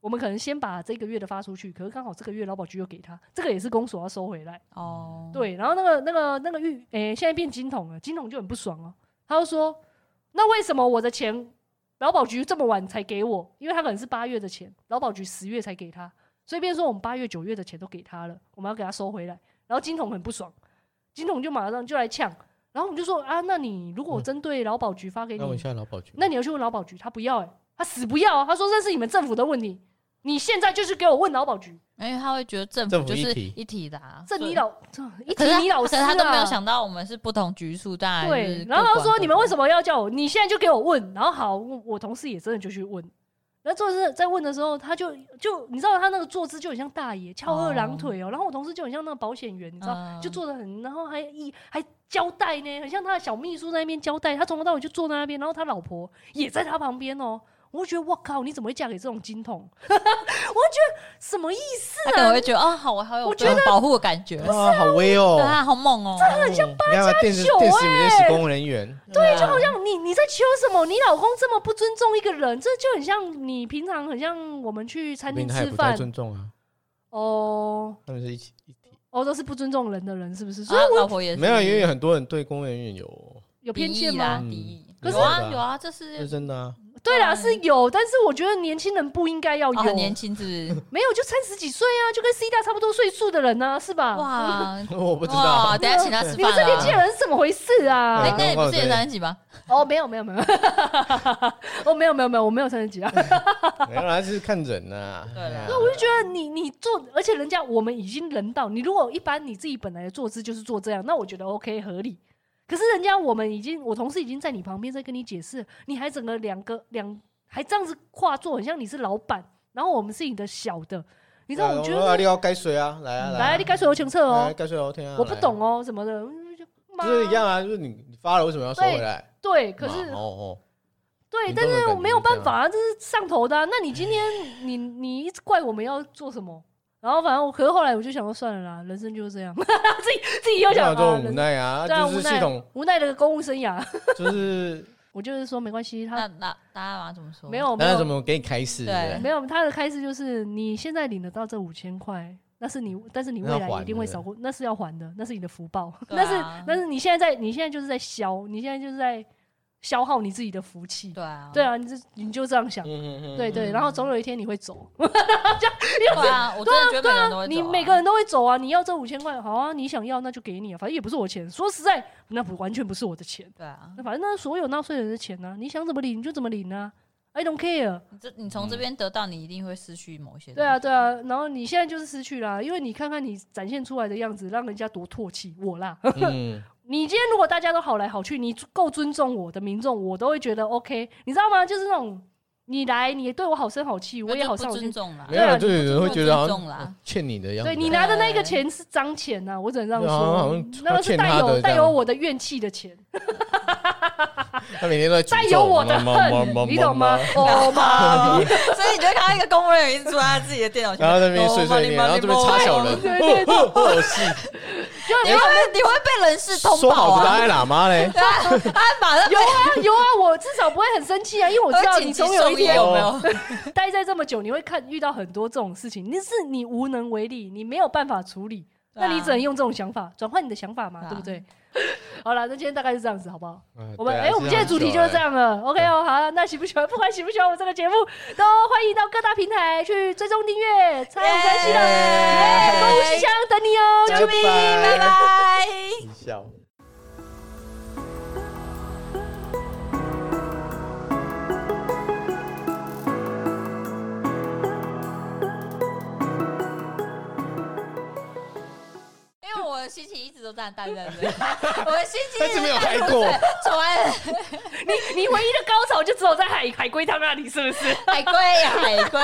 我们可能先把这个月的发出去，可是刚好这个月劳保局又给他，这个也是公所要收回来。
哦，
对，然后那个那个那个玉，诶、现在变金童了，金童就很不爽哦、他就说：“那为什么我的钱劳保局这么晚才给我？因为他可能是八月的钱，劳保局十月才给他，所以变成说我们八月、九月的钱都给他了，我们要给他收回来。”然后金童很不爽，金童就马上就来呛，然后我们就说：“啊，那你如果
嗯
针对劳保局发给你，
那我一下劳保局，
啊那你要去问劳保局，他不要、欸，他死不要、啊，他说这是你们政府的问题，你现在就去给我问劳保局，
因为他会觉得政
政
府
府
就是
一体
一体的啊，
这
所以
你老这一
可是
提
他
你老师、
可
啊，
是他都没有想到我们是不同局数，当然
对，然后他说你们为什
么？
么要叫我？你现在就给我问。然后好，我我同事也真的就去问。然后做事在问的时候，他就就你知道他那个坐姿就很像大爷翘二郎腿哦、然后我同事就很像那个保险员，你知道，
嗯
就坐的很，然后还一还交代呢，很像他的小秘书在那边交代。他从头到尾就坐在那边，然后他老婆也在他旁边哦、我就觉得我靠，你怎么会嫁给这种金童？ 我就觉得什么意思？
他可能会觉得哦，好，我好有
我
被保护的感觉，
啊，好威哦
对！啊，好猛哦，
很像八加电视电视里面的
哎
公务人员，
啊
对，就好像你你在求什么？你老公这么不尊重一个人，这就很像你平常很像我们去餐厅
他也
吃
不太
饭
尊重啊，
哦
他们是一起一体。
哦，都是不尊重人的人，是不是？所以
啊，
我
老婆也是
没有，因为有很多人对公务人员有，
有
敌
偏
意
见
啦
吗？，哦
嗯
敌意。
可是
有啊
有
有啊，这
这是
是
真的啊。
对啦，是有，但是我觉得年轻人不应该要
哦
有，
很年轻，是不 是？
没有就三十几岁啊，就跟 C 大差不多岁数的人呢、啊，是吧？
哇
我不知
哇，
道，
等一下请他吃
你们这
饭
年纪的
啦。
人是怎么回事啊？
哎
对，
那你不是也三十几吗？
哦，没有没有没 有，哦没有没有没有，我没有三十几啊。
没有啦，是看人呐。
对啦
哎呀
那我就觉得你你做，而且人家我们已经人到，你如果一般你自己本来的坐姿就是做这样，那我觉得 OK 合理。可是人家我们已经，我同事已经在你旁边在跟你解释，你还整个两个两还这样子跨坐，很像你是老板，然后我们是你的小的，你知道？我觉
啊
得
你要该水啊，来啊
来啊，
啊，
你该说我清楚
来
哦，
该水哦，天啊，
我不
来啊
懂哦什么的，嗯就妈
就是一样啊，就是你你发了为什么要收回来？
对，可是
嘛哦
对，
你
但
懂我的
是
感
我
觉
没有
是这
办
样
法啊，这是上头的、啊。那你 今天你你一直怪我们要做什么？然后反正我，可是后来我就想说算了啦，人生就是这样， 自己自己又
哦，
想
这
啊，
种无
人
奈啊，
对啊，
就
无
是系
奈
统
无奈的公务生涯，
就是
我就是说没关系，
那
他
那大家嘛怎么说？
啊没，有没
那
有
怎么给你开始？
对
对不
没有他的开始就是你现在领得到这五千块。那是你，但是你未
那
来
要还
一定会
的
少过，那是要还的，那是你的福报，
对
那是
啊
那是你现在在，你现在就是在消，你现在就是在消耗你自己的福气，
对啊，
对啊，你就你就这样想
对，嗯嗯嗯，
对对，
嗯
然后总有一天你会走，
对啊，我真的觉得每个人都会走啊
你每个人都会走啊！你要这五千块，好啊，你想要那就给你啊，反正也不是我钱。说实在，那不完全不是我的钱，
对啊，
那反正那所有纳税人的钱呢、你想怎么领就怎么领啊，I don't care。
你这你从这边得到，你一定会失去某些。
对啊，，对啊，然后你现在就是失去啦，因为你看看你展现出来的样子，让人家多唾弃我啦。
嗯，
你今天如果大家都好来好去，你够尊重我的民众，我都会觉得 OK，你知道吗？就是那种你来，你对我好声好气，我也好
不
声好气
尊，重啦
没。
对啊
有，就有人会觉得好
不尊重啦
像欠你的样子。啊
对你拿的那个钱是脏钱呐、我只能这样
对啊好
说
像，
那个是
欠
带
他的
有
这
带
样
有我的怨气的钱，
他每天都在
带
诅咒
有我的恨，你懂吗？？哦 妈咪，
所以你就会看到一个公务人员一直坐在自己的电脑前
然
面，哦
后在那边碎碎念，然后这边插小人，
对对对
哦哦哦是
你会你会被人事通
说
报
好的答
啊！
案喇嘛嘞？
对啊，他马上
有啊有啊，我至少不会很生气啊，因为我知道
紧
你
急
总有一
送医
天
有没
哦
有？
待在这么久，你会看遇到很多这种事情，那是你无能为力，你没有办法处理，那你只能用这种想法转换你的想法嘛，
对啊
对不对？好了，那今天大概是这样子，好不好？
嗯
我们
对啊
哎、我们今天的主题就是这。样
哎
了，OK 哦，好啊，那喜不喜欢？不管喜不喜欢我这个节目，都欢迎到各大平台去追踪订阅，参与关系的哎
耶
公务信箱等你哦，
救命！拜
拜
拜！
拜。
一笑。
因为我的心情一直都这样淡 淡的，我的心情
但是没有嗨过，
从来
你你唯一的高潮就只有在海海龟汤那里，是 不是？
海龟呀海龟，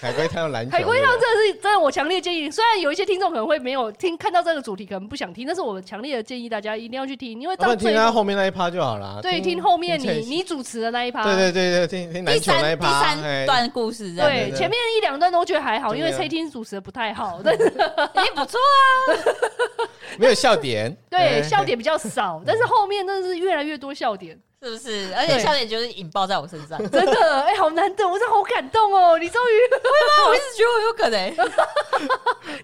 海龟汤篮球，
海龟汤真的是真的，我强烈建议，虽然有一些听众可能会没有听看到这个主题，可能不想听，但是我强烈的建议大家一定要去听，因为
我
到
们啊听
最
他
后
后面那一趴就好了。
对听后面你
听
你主持的那一趴，
对对对对，听听篮
第
球那一
三第
趴，
三
哎
段故事这样，
对
对
对
前面一两段都觉得还好，
对
因
啊
为崔听主持的不太好，但是
也不错
没有笑点。
对
哎
笑点比较少，但是后面真的是越来越多笑点，
是不是？而且
对
笑点就是引爆在我身上，我
真的哎，好难得，我真的好感动哦，你终于，
一直觉得我有可能，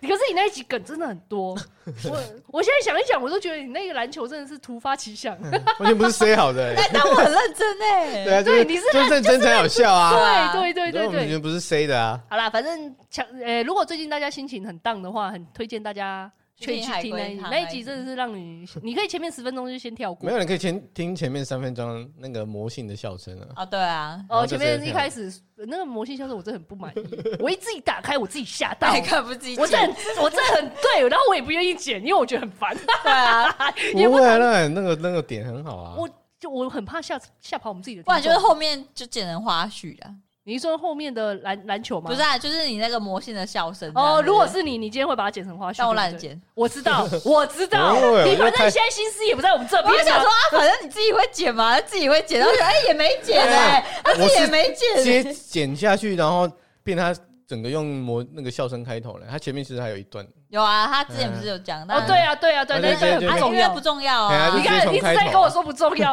可是你那一集梗真的很多，我我现在想一想，我都觉得你那个篮球真的是突发奇想，
完全不是 say 好的。哎
但但我很认真
对
哎，
啊，就是
对你是
就是认真才有笑啊。
啊
对对对对
我们
对
完。全不是 say 的啊。
好啦，反正强呃，如果最近大家心情很荡的话，很推荐大家去
去听
去
海
听
龟
那一集
汤
那一
那一
集，
集
真的是让你，你可以前面十分钟就先跳过
没。有，你可以前听前面三分钟那个魔性的笑声啊。
啊对啊，
然
哦，
后就
前
直接
面一开始那个魔性销售我真的很不满意，我一自己打开我自己吓 到，
太哎看不自己剪，
我真的很我真的很对，然后我也不愿意剪，因为我觉得很烦，
对啊，
不会啊，那那个那个点很好啊。
我就我很怕吓吓跑我们自己的听众。
不然就是后面就剪成花絮了。啊
你是说后面的篮篮球吗？
不是啊，就是你那个魔性的笑声这样
哦，
子
如果是你，你今天会把它剪成花絮？
但我
对不对
懒，剪，
我知道，我知道。
不会
你
我
反
就开
正现在心思也不在我们这
我就
边
想
啊
说。啊，反正你自己会剪嘛， 自己会剪，然后觉得哎也没剪哎，他自己也没
直啊接
剪，
剪下去，然后变他整个用模那个笑声开头了。他前面其实还有一段，
有啊，他之前不是有讲，
哦
但，
对啊，对啊，对
啊
对
对
对，
对
很
啊，
对
重
音乐
要
不。重要
哎呀
嗯啊
就
你
是，
看，一直在跟我说不重 要，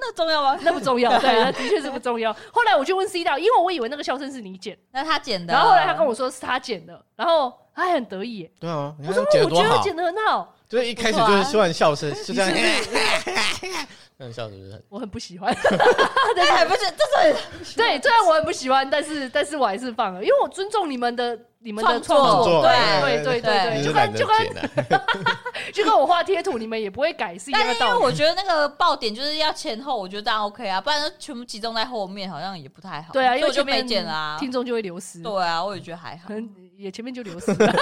那重要吗？
那不重要，对，那的确是不重要。后来我就问 C 大，因为我以为那个笑声是你剪，
那他剪的，啊
然后后来他跟
我，
我说是他剪的，然后他还很得意耶，
对啊，你
我
看
说
他剪
哦
的
我
多
觉得
好，
剪得很好，
就是一开始
不错
就
啊
是突然笑声，是这 样， 这样笑是不是？
我很不喜欢。
但还哎不是，这是
对，虽然我很不喜欢，但是但是我还是放了，因为我尊重你们的你们的
创
创
作
作哎
对
对
对对
对
对，
你
就是跟
懒
就
得
跟
剪啊，
就跟我画贴图，你们也不会改是一样
但
的
是因为
道理。
我觉得那个爆点就是要前后，我觉得当然 OK 啊，不然就全部集中在后面好像也不太好。
对啊，因
所以
为
我就
前面
没剪啦。
听众就会流失，
对啊，我也觉得 还好
可。能也前面就流失了。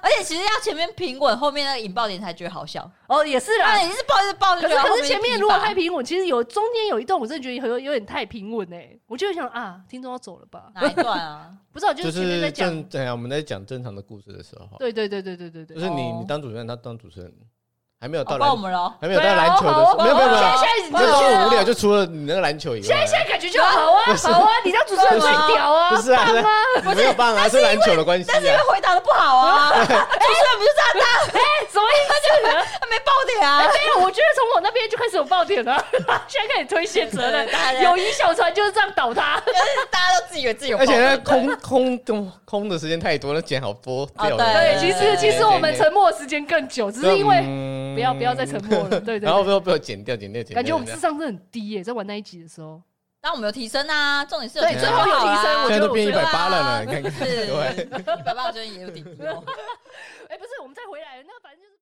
而且其实要前面平稳，后面那个引爆点才觉得好 笑。
哦，也是
那
啦。
你一直爆一直爆就
可
觉
是
得
可
后
是前面
疲
如果
乏
太平稳，其实有中间有一段，我真的觉得有有点太平稳哎、我就会想啊，听众要走了吧？
哪一段啊？
不知道，就
就是
前面
是
在讲，
正对啊，我们在讲正常的故事的时候，
对对对对对对对
就。是你
哦
你当主持人，他当主持人，还没有
哦
到
爆我
篮，
们了，
还没有
对
到
啊，
篮球
好啊
的，没有没有没有，
现在现
你
在
这
你就
多
觉
么
得
无聊，就除了你那个篮球以外，
现在现在感觉就好啊，好啊，你当主持人最屌 啊！
不是啊，是没有办法，是篮球的关系
但是因
啊
为。回答的不好 啊，主持人不就这样
什么意 思？
他没爆点啊？
没哎有，我觉得从我那边就开始有爆点 了，现在开始推卸责任
对大家，
友谊小船就是这样倒塌。
大家都自以为自己有爆
而且
点，
那空空空空的时间太多了，剪好多掉了。
哦对，
对
其
对
实其实我们沉默的时间更久，只是因为
为
不要不要再沉默了。对对
嗯然后
对，
不要不要剪掉，剪掉，剪掉。
感觉我们
剪
智
掉
商真的很低耶，在玩那一集的时候，
但我们有提升啊，重点是
对
提
最
升啊
后
有提升
现
我觉
在
得
都变一
我
百
最
八了呢，你看看
是
各位。
一百八，我觉得也有顶住哦。
哎，不是，我们再回来，那反正就是。